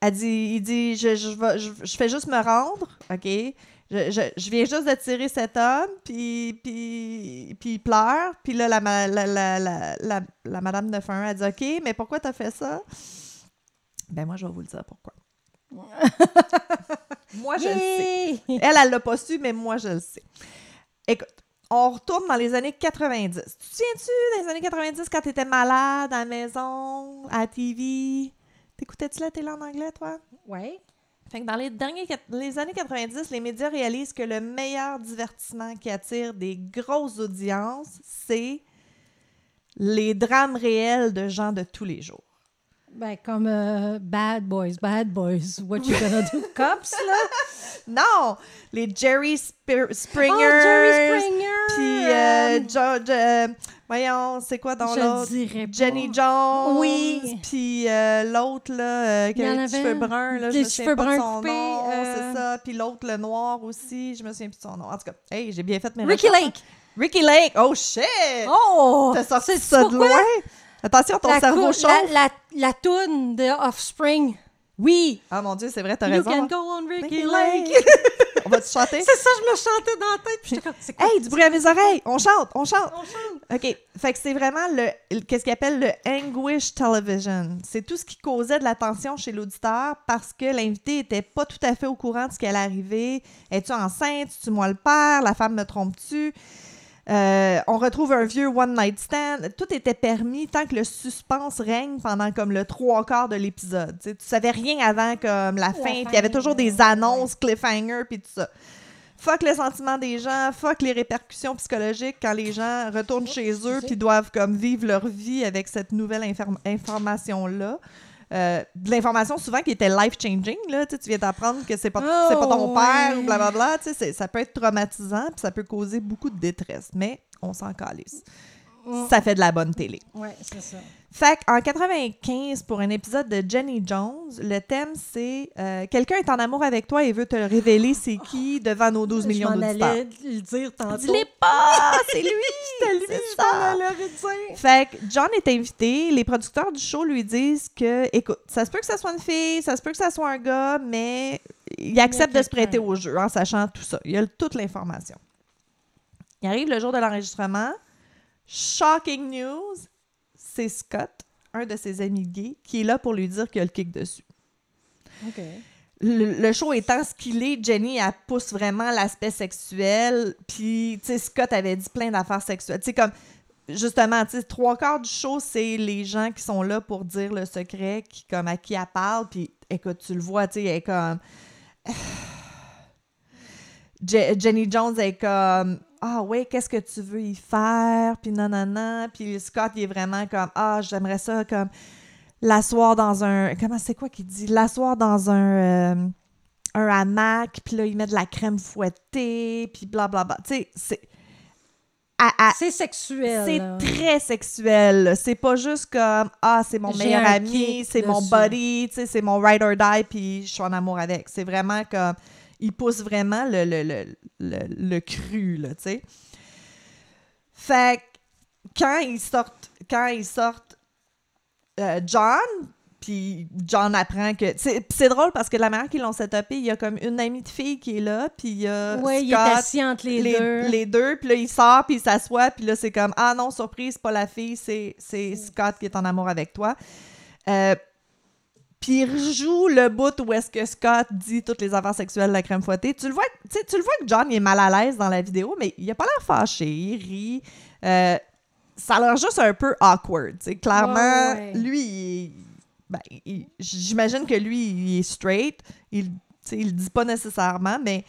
A: Elle dit, il dit je, je, vais- je- je fais juste me rendre, OK? Je, je- je viens juste de tirer cet homme, puis, puis, puis il pleure. Puis là, la, ma- la, la, la, la, la madame 911 a dit OK, mais pourquoi t'as fait ça? Ben, moi, je vais vous le dire pourquoi. moi, je le sais.
B: Yay!
A: Elle, elle l'a pas su, mais moi, je le sais. Écoute, On retourne dans les années 90. Tu te souviens-tu des années 90 quand t'étais malade à la maison, à la TV? T'écoutais-tu la télé en anglais, toi?
B: Oui.
A: Fait que dans les, derniers, quat- les années 90, les médias réalisent que le meilleur divertissement qui attire des grosses audiences, c'est les drames réels de gens de tous les jours.
B: Ben, comme euh, Bad Boys, Bad Boys, What You Gonna Do, Cops, là.
A: Non! Les Jerry Spir- Springer.
B: Oh, Jerry Springer!
A: Puis, euh, George. euh, voyons, c'est quoi dans
B: je le
A: l'autre?
B: dirais pas.
A: Jenny Jones.
B: Oui.
A: Puis euh, l'autre, là, euh, qui
B: Il y
A: a
B: en
A: les
B: avait
A: cheveux bruns, là, je
B: des
A: me souviens
B: cheveux
A: pas de
B: bruns
A: son
B: coupés,
A: nom,
B: euh,
A: c'est ça. Puis l'autre, le noir aussi, je me souviens plus de son nom. En tout cas, hey, j'ai bien fait mes
B: Ricky
A: recherches.
B: Lake!
A: Ricky Lake! Oh shit!
B: Oh!
A: T'as sorti
B: C'est
A: ça de
B: pourquoi
A: loin? Attention, ton
B: la
A: cerveau
B: cou-
A: chaud.
B: La, la, la toune de Offspring. Oui!
A: Ah mon Dieu, c'est vrai, t'as
B: You
A: raison.
B: can
A: hein.
B: go on Ricky
A: Ricky
B: Lake!
A: Lake. On va te chanter?
B: C'est ça, je me chantais dans la tête. Puis j'étais comme, c'est quoi?
A: Hey, du bruit à mes oreilles! On chante, on chante!
B: On chante.
A: OK. Fait que c'est vraiment le, le- qu'est-ce qu'ils appellent le anguish television. C'est tout ce qui causait de la tension chez l'auditeur parce que l'invité était pas tout à fait au courant de ce qui allait arriver. Es-tu enceinte? Tu moi le père? La femme me trompe-tu? Euh, on retrouve un vieux one-night stand. Tout était permis tant que le suspense règne pendant comme le trois quarts de l'épisode. Tu sais, tu savais rien avant comme la fin. Puis il y avait
B: fin,
A: toujours des
B: euh,
A: annonces, cliffhanger, puis tout ça. Fuck le sentiment des gens, fuck les répercussions psychologiques quand les gens retournent chez eux puis doivent comme vivre leur vie avec cette nouvelle infor- information-là. Euh, de l'information souvent qui était life-changing, là. Tu sais, tu viens d'apprendre que c'est pas,
B: Oh,
A: c'est pas ton père
B: ouais.
A: ou blablabla. Tu sais, c'est- ça peut être traumatisant puis ça peut causer beaucoup de détresse, mais on s'en calisse. Ça fait de la bonne télé.
B: Ouais, c'est ça.
A: Fait qu'en 95, pour un épisode de Jenny Jones, le thème c'est euh, Quelqu'un est en amour avec toi et veut te le révéler c'est qui devant nos 12 millions
B: Je m'en
A: d'auditeurs.
B: allais le dire tantôt.
A: Dis-les pas! C'est lui!
B: C'était lui,
A: c'est
B: je
A: ça.
B: m'en allais le dire.
A: Fait que John est invité, les producteurs du show lui disent que, écoute, ça se peut que ça soit une fille, ça se peut que ça soit un gars, mais il accepte de se
B: quelqu'un.
A: prêter au jeu en sachant tout ça. Il a le- toute l'information. Il arrive le jour de l'enregistrement. Shocking news, c'est Scott, un de ses amis gays, qui est là pour lui dire qu'il a le kick dessus
B: OK.
A: le, le show étant ce qu'il est, Jenny, elle pousse vraiment l'aspect sexuel. Puis, tu sais, Scott avait dit plein d'affaires sexuelles. Tu sais, comme, justement, tu sais, trois quarts du show, c'est les gens qui sont là pour dire le secret, qui, comme, à qui elle parle. Puis, écoute, tu le vois, tu sais, elle est comme... Je- Jenny Jones est comme ah ouais qu'est-ce que tu veux y faire puis non non non puis Scott il est vraiment comme ah j'aimerais ça comme l'asseoir dans un comment c'est quoi qu'il dit l'asseoir dans un euh, un hamac puis là il met de la crème fouettée puis blablabla tu sais c'est à- à-
B: Ah, C'est sexuel.
A: c'est
B: là.
A: très sexuel. là. C'est pas juste comme ah c'est mon
B: J'ai
A: meilleur
B: un
A: ami,
B: kick
A: c'est mon
B: dessus.
A: buddy, tu sais, c'est mon ride or die puis je suis en amour avec. C'est vraiment comme il pousse vraiment le le, le, le, le cru là, tu sais. Fait que quand ils sortent quand ils sortent euh, John puis John apprend que c'est puis c'est drôle parce que de la manière qu'ils l'ont setupé, il y a comme une amie de fille qui est là puis il y a
B: Ouais, il est
A: Euh, Scott,
B: assis entre les, deux.
A: les deux, puis là, il sort, puis il s'assoit, puis là, c'est comme Ah non, surprise, c'est pas la fille, c'est,
B: Mm.
A: c'est Scott qui est en amour avec toi. Euh, puis il rejoue le bout où est-ce que Scott dit toutes les affaires sexuelles de la crème fouettée. Tu le vois, tu sais, tu le vois que John il est mal à l'aise dans la vidéo, mais il a pas l'air fâché, il rit. Euh, ça a l'air juste un peu awkward. tu sais. Clairement,
B: Ouais, ouais.
A: lui, il est- ben, il- j'imagine que lui, il est straight. Il, tu sais, il le dit pas nécessairement, mais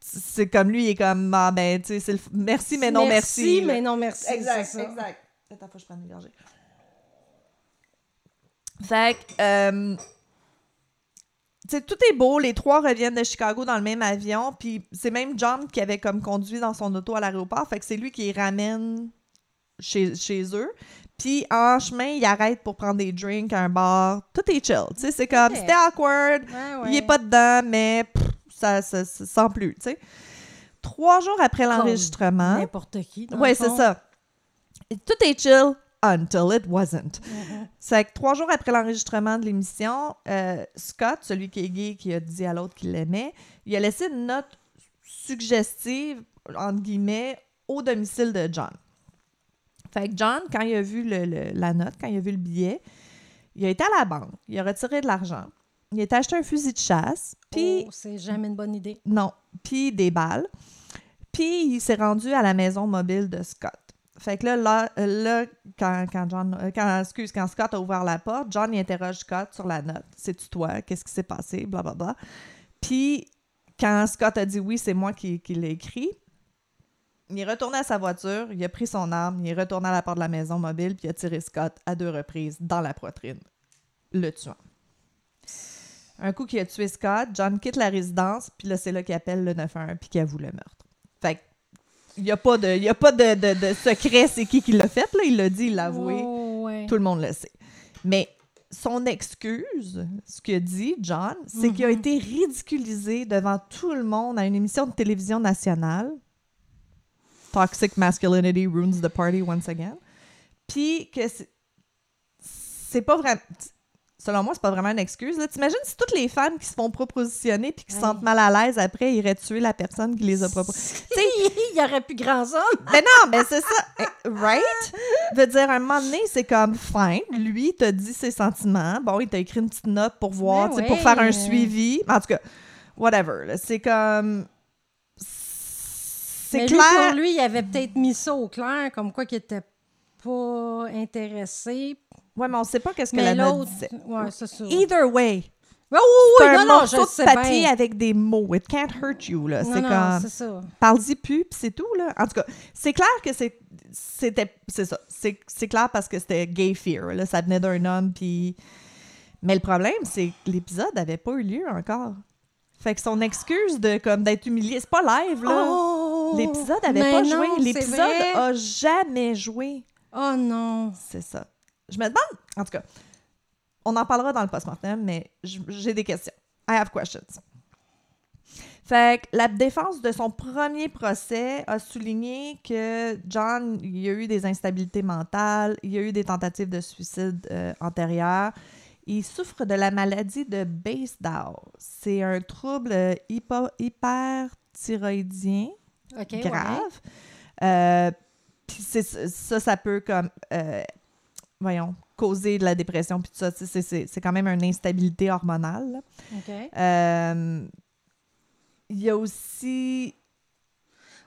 A: c'est comme lui, il est comme Ah, ben, tu sais, c'est le f- merci, mais non merci. là.
B: mais non merci.
A: Exact,
B: c'est ça.
A: exact. Attends, faut que je prenne une gorgée. Fait que, euh, tu sais, tout est beau. Les trois reviennent de Chicago dans le même avion. Puis c'est même John qui avait comme conduit dans son auto à l'aéroport. Fait que c'est lui qui les ramène chez, chez eux. Puis en chemin, il arrête pour prendre des drinks à un bar. Tout est chill. Tu sais, c'est comme,
B: Ok.
A: c'était awkward.
B: Ouais,
A: Il
B: ouais.
A: est pas dedans, mais pff, ça, ça, ça sent plus, tu sais. Trois jours après l'enregistrement...
B: N'importe qui. dans
A: Oui,
B: le
A: Hein? c'est
B: fond.
A: ça. Et Tout est chill until it wasn't.
B: Mm,
A: C'est que trois jours après l'enregistrement de l'émission, euh, Scott, celui qui est gay, qui a dit à l'autre qu'il l'aimait, il a laissé une note suggestive, entre guillemets, au domicile de John. Fait que John, quand il a vu le- le- la note, quand il a vu le billet, il a été à la banque, il a retiré de l'argent, il a été acheté un fusil de chasse, puis
B: Oh, c'est jamais une bonne idée.
A: non. Puis des balles. Puis il s'est rendu à la maison mobile de Scott. Fait que là, là, là, quand, quand, John, euh, quand, excuse, quand Scott a ouvert la porte, John il interroge Scott sur la note. C'est-tu toi? Qu'est-ce qui s'est passé? Blablabla. Puis, quand Scott a dit oui, c'est moi qui, qui l'ai écrit, il est retourné à sa voiture, il a pris son arme, il est retourné à la porte de la maison mobile, puis il a tiré Scott à deux reprises dans la poitrine, le tuant. Un coup qu'il a tué Scott, John quitte la résidence, puis là, c'est là qu'il appelle le 911 puis qu'il avoue le meurtre. Fait que il n'y a pas de, il y a pas de, de- de secret, c'est qui qui l'a fait. Là. Il l'a dit, il l'a avoué.
B: Oh, ouais.
A: Tout le monde le sait. Mais son excuse, ce qu'il a dit, John, c'est qu'il a
B: Mhm.
A: été ridiculisé devant tout le monde à une émission de télévision nationale. Toxic masculinity ruins the party once again. Puis que c'est- c'est pas vraiment. Selon moi, c'est pas vraiment une excuse. là. T'imagines si toutes les femmes qui se font propositionner puis qui se
B: Ouais.
A: sentent mal à l'aise après iraient tuer la personne qui les a proposées.
B: il y aurait plus grand ça.
A: Mais Ben non, mais c'est ça. Eh, Right? Veut dire, à un moment donné, c'est comme fin. Lui, il t'a dit ses sentiments. Bon, il t'a écrit une petite note pour voir,
B: Ben
A: tu sais,
B: ouais.
A: pour faire un suivi. En tout cas, whatever. là. C'est comme. C'est
B: Mais lui,
A: clair.
B: pour lui, il avait peut-être mis ça au clair, comme quoi qu'il était pas intéressé.
A: Ouais, mais on sait pas qu'est-ce que la
B: Mais
A: note
B: l'autre,
A: disait.
B: ouais, c'est ça.
A: Either way,
B: Ouais, oui,
A: c'est
B: oui,
A: un
B: non, non, je
A: morceau
B: le sais
A: de papier
B: bien.
A: avec des mots. It can't hurt you, là.
B: Non,
A: C'est
B: non,
A: comme.
B: c'est ça.
A: Parle-y plus, puis c'est tout, là. En tout cas, c'est clair que c'est- c'était... C'est ça. C'est c'est clair parce que c'était gay fear, là. Ça venait d'un homme, puis... Mais le problème, c'est que l'épisode n'avait pas eu lieu encore. Fait que son excuse de, comme, d'être humilié... C'est pas live, là.
B: Oh!
A: L'épisode n'avait
B: Mais
A: pas
B: non,
A: joué.
B: c'est
A: L'épisode
B: vrai.
A: a jamais joué.
B: Oh non.
A: C'est ça. Je me demande... En tout cas, on en parlera dans le post-mortem, mais j- j'ai des questions. I have questions. Fait que la défense de son premier procès a souligné que John, il y a eu des instabilités mentales, il y a eu des tentatives de suicide euh, antérieures. Il souffre de la maladie de Basedow. C'est un trouble euh, hypo- hyperthyroïdien
B: OK, ouais.
A: grave. Euh, puis c'est- ça, ça peut comme, euh, voyons, causer de la dépression, puis tout ça. C'est- c'est- C'est c'est quand même une instabilité hormonale. là.
B: OK. Ouais,
A: Euh, il y a aussi...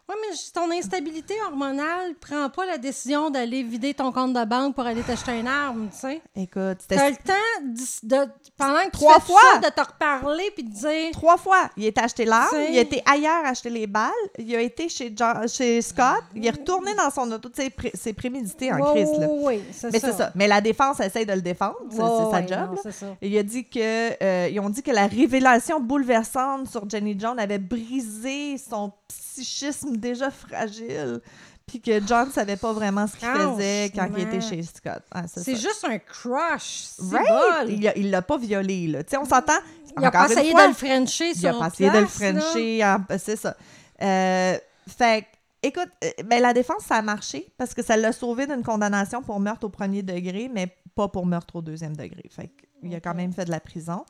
B: mais j- ton instabilité hormonale prend pas la décision d'aller vider ton compte de banque pour aller t'acheter une arme, tu sais.
A: Écoute,
B: T'as
A: c'était
B: le temps de, de- pendant que tu
A: Trois
B: fais tout
A: fois.
B: ça, de te reparler puis de dire
A: trois fois. Il est acheté l'arme,
B: C'est-
A: il a été ailleurs acheter les balles, il a été chez, John- chez Scott, il est retourné dans son auto. Tu sais, pré- C'est prémédité en
B: Ouais,
A: crise, là.
B: ouais, ouais, c'est
A: Mais
B: ça.
A: c'est ça. Mais la défense essaye de le défendre. C'est
B: Ouais,
A: c'est sa
B: ouais,
A: job.
B: non,
A: là.
B: c'est ça.
A: Il a dit que euh, ils ont dit que la révélation bouleversante sur Jenny Jones avait brisé son psychisme déjà fragile, puis que John savait pas vraiment ce qu'il faisait quand il était
B: Franchement.
A: chez Scott. Ah, c'est
B: C'est
A: ça.
B: juste un crush. C'est
A: Right?
B: bol.
A: Il a- il l'a pas violé là. Tu sais, on s'entend.
B: Il a
A: encore
B: pas
A: une
B: essayé
A: fois,
B: de le frencher
A: Il a
B: sur
A: pas essayé de le
B: place, là.
A: frencher. en- ben, C'est ça. Euh, fait que, écoute, euh, ben, la défense ça a marché parce que ça l'a sauvé d'une condamnation pour meurtre au premier degré, mais pas pour meurtre au deuxième degré. Fait que, il a quand
B: Ok.
A: même fait de la prison.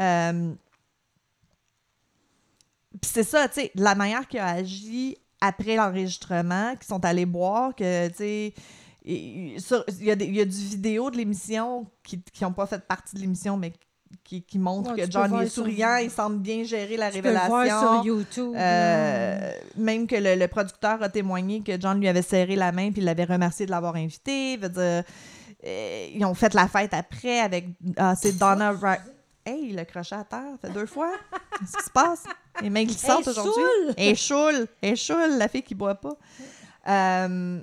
A: Euh, Puis c'est ça, tu sais, la manière qu'il a agi après l'enregistrement, qu'ils sont allés boire, que, tu sais, et- et sur- il y, a des- il y a du vidéo de l'émission qui n'ont pas fait partie de l'émission, mais qui, qui montre
B: Ouais, tu
A: que
B: peux
A: John
B: voir
A: est
B: sur-
A: souriant, il semble bien gérer la
B: Tu peux le
A: révélation.
B: voir sur YouTube. là.
A: Euh, même que le, le producteur a témoigné que John lui avait serré la main puis il l'avait remercié de l'avoir invité. Veut dire, euh, ils ont fait la fête après avec. ah, c'est Donna Wright. Hey, il a croché à terre, fait deux fois. Qu'est-ce qui se passe? Les mains glissantes
B: Elle
A: aujourd'hui.
B: saoule.
A: Elle choule. Elle choule, la fille qui boit pas. Euh,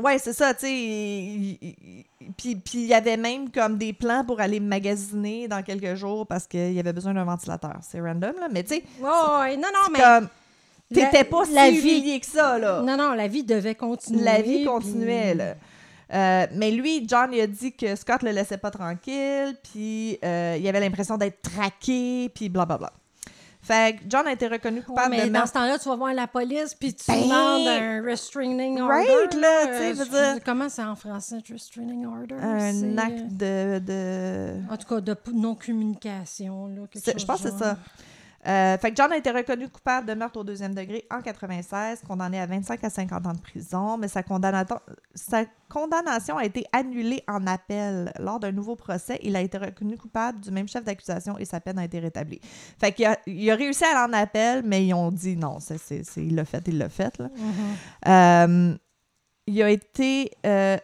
A: Ouais, c'est ça, tu sais. il- il- il- Puis puis il y avait même comme des plans pour aller magasiner dans quelques jours parce qu'il y avait besoin d'un ventilateur. C'est random, là. Mais tu sais,
B: Ouais, ouais, non, non, mais.
A: comme t'étais
B: la-
A: pas si
B: la vie-
A: humilié que ça là
B: Non, non, la vie devait continuer.
A: la vie
B: puis-
A: continuait là Euh, mais lui, John, il a dit que Scott le laissait pas tranquille, puis euh, il avait l'impression d'être traqué, puis blablabla. Fait que John a été reconnu
B: Ouais,
A: coupable
B: mais
A: de
B: dans
A: meurtre.
B: ce temps-là, tu vas voir la police, puis tu
A: Ben!
B: demandes un restraining order.
A: Right, là, tu sais,
B: Euh,
A: je veux
B: excuse-
A: dire-
B: Comment c'est en français, restraining order?
A: Un
B: C'est,
A: acte de. de-
B: euh, En tout cas, de p- non-communication. là, quelque
A: c'est-
B: chose
A: Je pense que
B: du
A: c'est
B: genre.
A: ça. Euh, fait que John a été reconnu coupable de meurtre au deuxième degré en 96, condamné à 25 à 50 ans de prison, mais sa, condamnato- sa condamnation a été annulée en appel. Lors d'un nouveau procès, il a été reconnu coupable du même chef d'accusation et sa peine a été rétablie. Fait qu'il a, il a réussi à aller en appel, mais ils ont dit non, c'est, c'est, c'est- il l'a fait, il l'a fait. là. Euh,
B: Mhm.
A: il a été euh,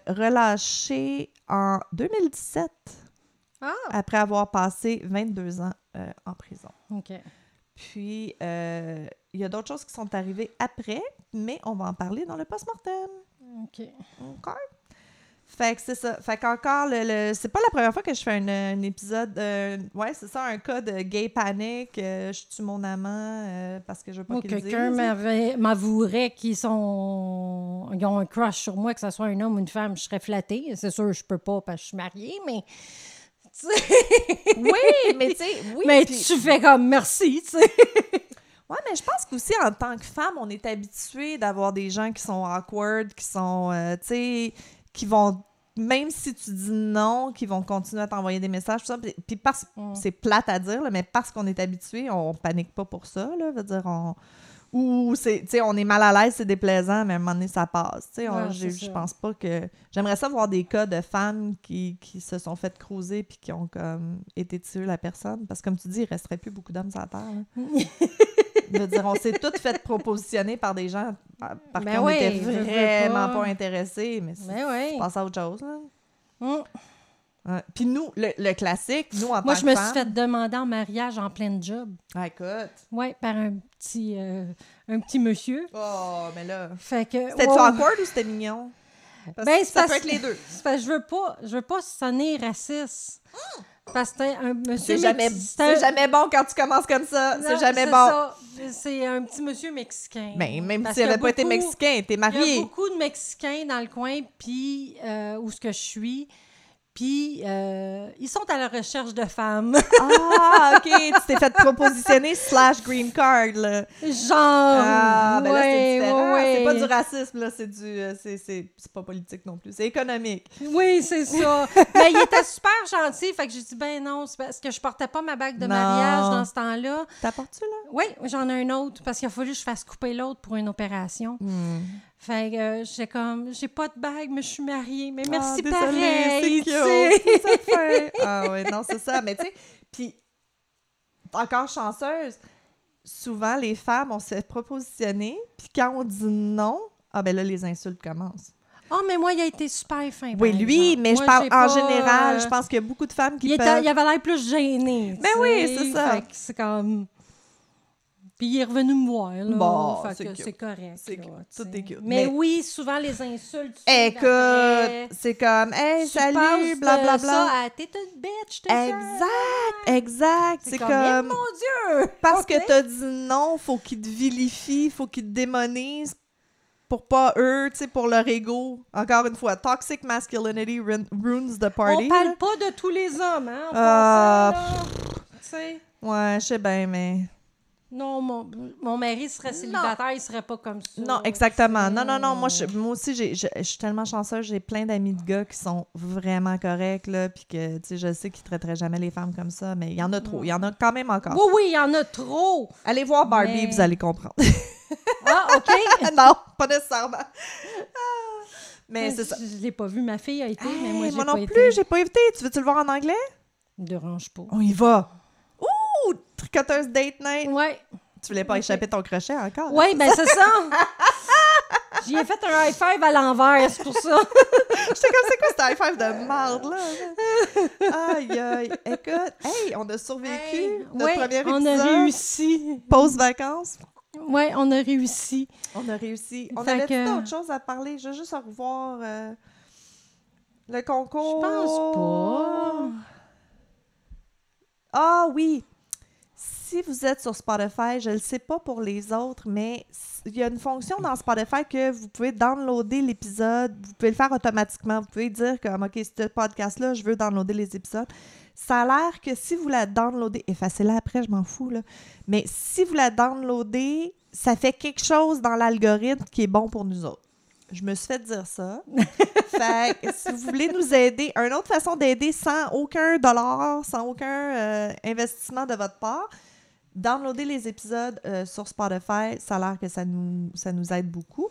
A: relâché en 2017
B: Ah,
A: après avoir passé 22 ans euh, en prison.
B: OK.
A: Puis, euh, il y a d'autres choses qui sont arrivées après, mais on va en parler dans le post-mortem.
B: OK.
A: OK? Fait que c'est ça. Fait qu'encore, le, le- c'est pas la première fois que je fais un, euh, un épisode. euh, ouais, c'est ça, un cas de gay panic. euh, je tue mon amant euh, parce que je veux pas
B: Moi,
A: qu'il le
B: quelqu'un
A: dise.
B: m'avait- m'avouerait qu'ils sont... ils ont un crush sur moi, que ce soit un homme ou une femme, je serais flattée. C'est sûr, je peux pas parce que je suis mariée, mais... tu sais,
A: Oui, mais tu sais, oui.
B: mais
A: puis-
B: tu fais comme merci, tu sais.
A: Ouais, mais je pense qu'aussi en tant que femme, on est habitué d'avoir des gens qui sont awkward, qui sont, euh, tu sais, qui vont, même si tu dis non, qui vont continuer à t'envoyer des messages, tout ça. Puis, puis parce,
B: Mm.
A: c'est plate à dire, là, mais parce qu'on est habitué, on panique pas pour ça, là, veut dire, on... Ou, c'est- tu sais, on est mal à l'aise, c'est déplaisant, mais à un moment donné, ça passe. Tu sais, on-
B: Ouais,
A: j'ai-
B: c'est
A: je
B: ça.
A: pense pas que... J'aimerais ça voir des cas de femmes qui, qui se sont faites croiser puis qui ont comme été tuées la personne. Parce que, comme tu dis, il resterait plus beaucoup d'hommes sur la terre. là. Je veux dire, on s'est toutes fait propositionner par des gens par par
B: Ben
A: qui on
B: oui,
A: était
B: je veux
A: vraiment
B: pas.
A: pas intéressés, mais c'est
B: Mais oui.
A: passe à autre chose. là.
B: Mm.
A: Ouais. Puis nous, le, le classique, nous, en
B: Moi,
A: tant
B: je
A: que
B: me suis
A: femmes-
B: fait demander en mariage en pleine job.
A: Ah, écoute.
B: Oui, par un petit, euh, un petit monsieur.
A: Oh, mais là...
B: Fait que.
A: C'était-tu
B: wow.
A: awkward ou c'était mignon? Parce
B: Ben,
A: que
B: c'est
A: ça
B: parce-
A: peut être les deux.
B: C'est parce que je veux pas, je veux pas sonner raciste. Parce que c'était un monsieur.
A: C'est jamais,
B: mexi-
A: c'est
B: un-
A: jamais bon quand tu commences comme ça.
B: Non,
A: C'est jamais bon.
B: ça. C'est un petit monsieur mexicain.
A: Mais même
B: Parce
A: si elle
B: qu'il y a
A: avait pas été
B: beaucoup-
A: mexicain, t'es
B: Il y a
A: marié.
B: beaucoup de Mexicains dans le coin, puis euh, où ce que je suis, puis euh, ils sont à la recherche de femmes.
A: Ah, OK. Tu t'es fait propositionner slash green card, là.
B: Genre.
A: Ah, ben là, c'est
B: ouais,
A: différent.
B: ouais,
A: C'est pas
B: ouais.
A: du racisme, là. C'est du... euh, c'est- C'est c'est pas politique non plus. C'est économique.
B: Oui, c'est ça. Mais il était super gentil. Fait que j'ai dit, ben non, c'est parce que je portais pas ma bague de
A: Non.
B: mariage dans ce temps-là.
A: T'apportes-tu, là?
B: Oui, j'en ai un autre parce qu'il a fallu que je fasse couper l'autre pour une opération.
A: Hmm.
B: Fait que euh, j'ai comme, j'ai pas de bague, mais je suis mariée. Mais merci
A: Ah, désolée,
B: pareil.
A: c'est
B: tu sais.
A: cute, c'est ça fait. Ah oui, non, c'est ça. Mais tu sais, puis encore chanceuse, souvent les femmes, on se fait propositionner, puis quand on dit non, ah ben là, les insultes commencent.
B: Oh, mais moi, il a été super fin. par
A: Oui, lui,
B: exemple.
A: mais
B: Moi,
A: je parle
B: j'ai
A: en
B: pas,
A: général,
B: euh,
A: je pense qu'il y a beaucoup de femmes qui
B: il, était-
A: peuvent...
B: il avait l'air plus gêné. tu
A: Ben oui,
B: sais.
A: c'est ça.
B: Fait que c'est comme. Puis il est revenu me voir. Là.
A: Bon,
B: Fait
A: c'est
B: que
A: cute.
B: c'est correct.
A: C'est
B: là,
A: cute.
B: tu
A: Tout
B: sais.
A: est cute. Mais-
B: Mais, oui, souvent les insultes. suivent après.
A: Écoute, c'est comme, hey,
B: Tu passes
A: salut,
B: de
A: blablabla.
B: ça à T'es une bitch, t'es ça.
A: Exact, exact. C'est
B: Eh,
A: comme,
B: Mon Dieu!
A: Parce
B: Ok.
A: que t'as dit non, faut qu'ils te vilifient, faut qu'ils te démonisent pour pas eux, tu sais, pour leur ego. Encore une fois, toxic masculinity ruin- ruins the party. là.
B: On parle pas de tous les hommes, hein? en
A: Ah,
B: passant, là. Tu sais.
A: Ouais, je sais bien, mais
B: Non, mon, mon mari serait célibataire, il serait pas comme ça.
A: non, exactement. Non, non, non. Moi, je, moi aussi, j'ai- je je suis tellement chanceuse. J'ai plein d'amis de gars qui sont vraiment corrects là, puis que, tu sais, je sais qu'ils traiteraient jamais les femmes comme ça, mais il y en a trop. Il y en a quand même encore.
B: Oui, oui, il y en a trop.
A: Allez voir Barbie,
B: Mais-
A: vous allez comprendre.
B: Ah, OK.
A: non, pas nécessairement. Ah. Mais c'est ça.
B: Ben, Je, je l'ai pas vu, ma fille a été, Ah, mais moi,
A: Hey,
B: j'ai
A: moi
B: pas
A: non
B: été.
A: plus, j'ai pas évité. Tu veux-tu le voir en anglais?
B: Ne dérange pas.
A: On y va. Ouh! Tricoteuse date night.
B: Ouais.
A: Tu voulais pas échapper ton crochet encore? hein?
B: Ouais, ben c'est ça. J'y ai fait un high five à l'envers, c'est pour ça.
A: J'étais comme, c'est quoi ce high five de marde, là? aïe, aïe. Écoute, hey, on a survécu
B: Hey,
A: notre
B: ouais,
A: premier épisode.
B: on a réussi.
A: Pause vacances.
B: Ouais, on a réussi.
A: On a réussi. On
B: Fait
A: avait
B: que-
A: d'autres choses à parler. Je veux juste revoir euh, le concours.
B: Je pense pas.
A: Ah oui! Si vous êtes sur Spotify, je ne le sais pas pour les autres, mais s- il y a une fonction dans Spotify que vous pouvez downloader l'épisode. Vous pouvez le faire automatiquement. Vous pouvez dire comme, OK, ce podcast-là, je veux downloader les épisodes. Ça a l'air que si vous la downloadez, effacez-la après, je m'en fous, là. Mais si vous la downloadez, ça fait quelque chose dans l'algorithme qui est bon pour nous autres. Je me suis fait dire ça. Fait que si vous voulez nous aider, une autre façon d'aider sans aucun dollar, sans aucun euh, investissement de votre part, Downloadez les épisodes euh, sur Spotify, ça a l'air que ça nous, ça nous aide beaucoup.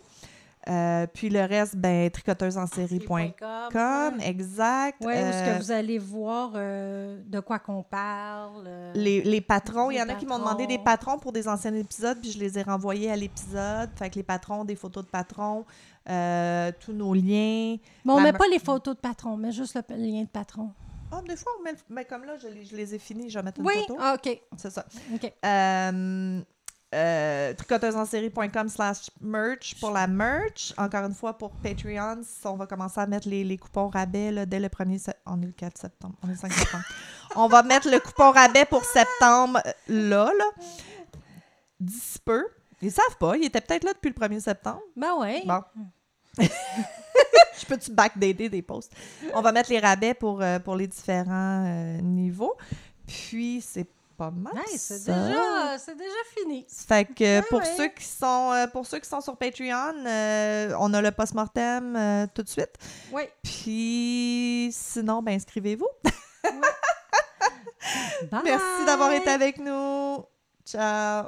A: Euh, puis le reste, ben, tricoteuseensérie.com, exact.
B: Oui, où est-ce
A: Euh,
B: que vous allez voir euh, de quoi qu'on parle. euh,
A: les, les patrons, il y
B: Les
A: en a qui m'ont demandé des patrons pour des anciens épisodes, puis je les ai renvoyés à l'épisode. Fait que les patrons, des photos de patrons, euh, tous nos liens.
B: Bon, on
A: la
B: met
A: ma-
B: pas les photos de patron, mais juste le p- lien de patron.
A: Ah, des fois, on met le- mais comme là, je les, je les ai finis, je vais mettre une
B: Oui,
A: photo.
B: Ah, OK.
A: C'est ça.
B: OK.
A: Euh, euh, tricoteusesensérie.com slash merch pour la merch. Encore une fois, pour Patreon, on va commencer à mettre les, les coupons rabais là, dès le 1er septembre. On est le 4 septembre. On est le 5 septembre. on va mettre le coupon rabais pour septembre euh, là, là. D'ici peu. Ils savent pas. Ils étaient peut-être là depuis le 1er septembre.
B: Ben oui.
A: Bon. Je peux-tu backdater des posts? On va mettre les rabais pour, euh, pour les différents euh, niveaux. Puis, c'est pas mal.
B: Nice, c'est
A: ça.
B: déjà, c'est déjà fini.
A: Fait que
B: Ah
A: pour,
B: ouais.
A: ceux qui sont, euh, pour ceux qui sont sur Patreon, euh, on a le post-mortem euh, tout de suite.
B: Oui.
A: Puis sinon, ben, inscrivez-vous.
B: Bye.
A: Merci d'avoir été avec nous. Ciao.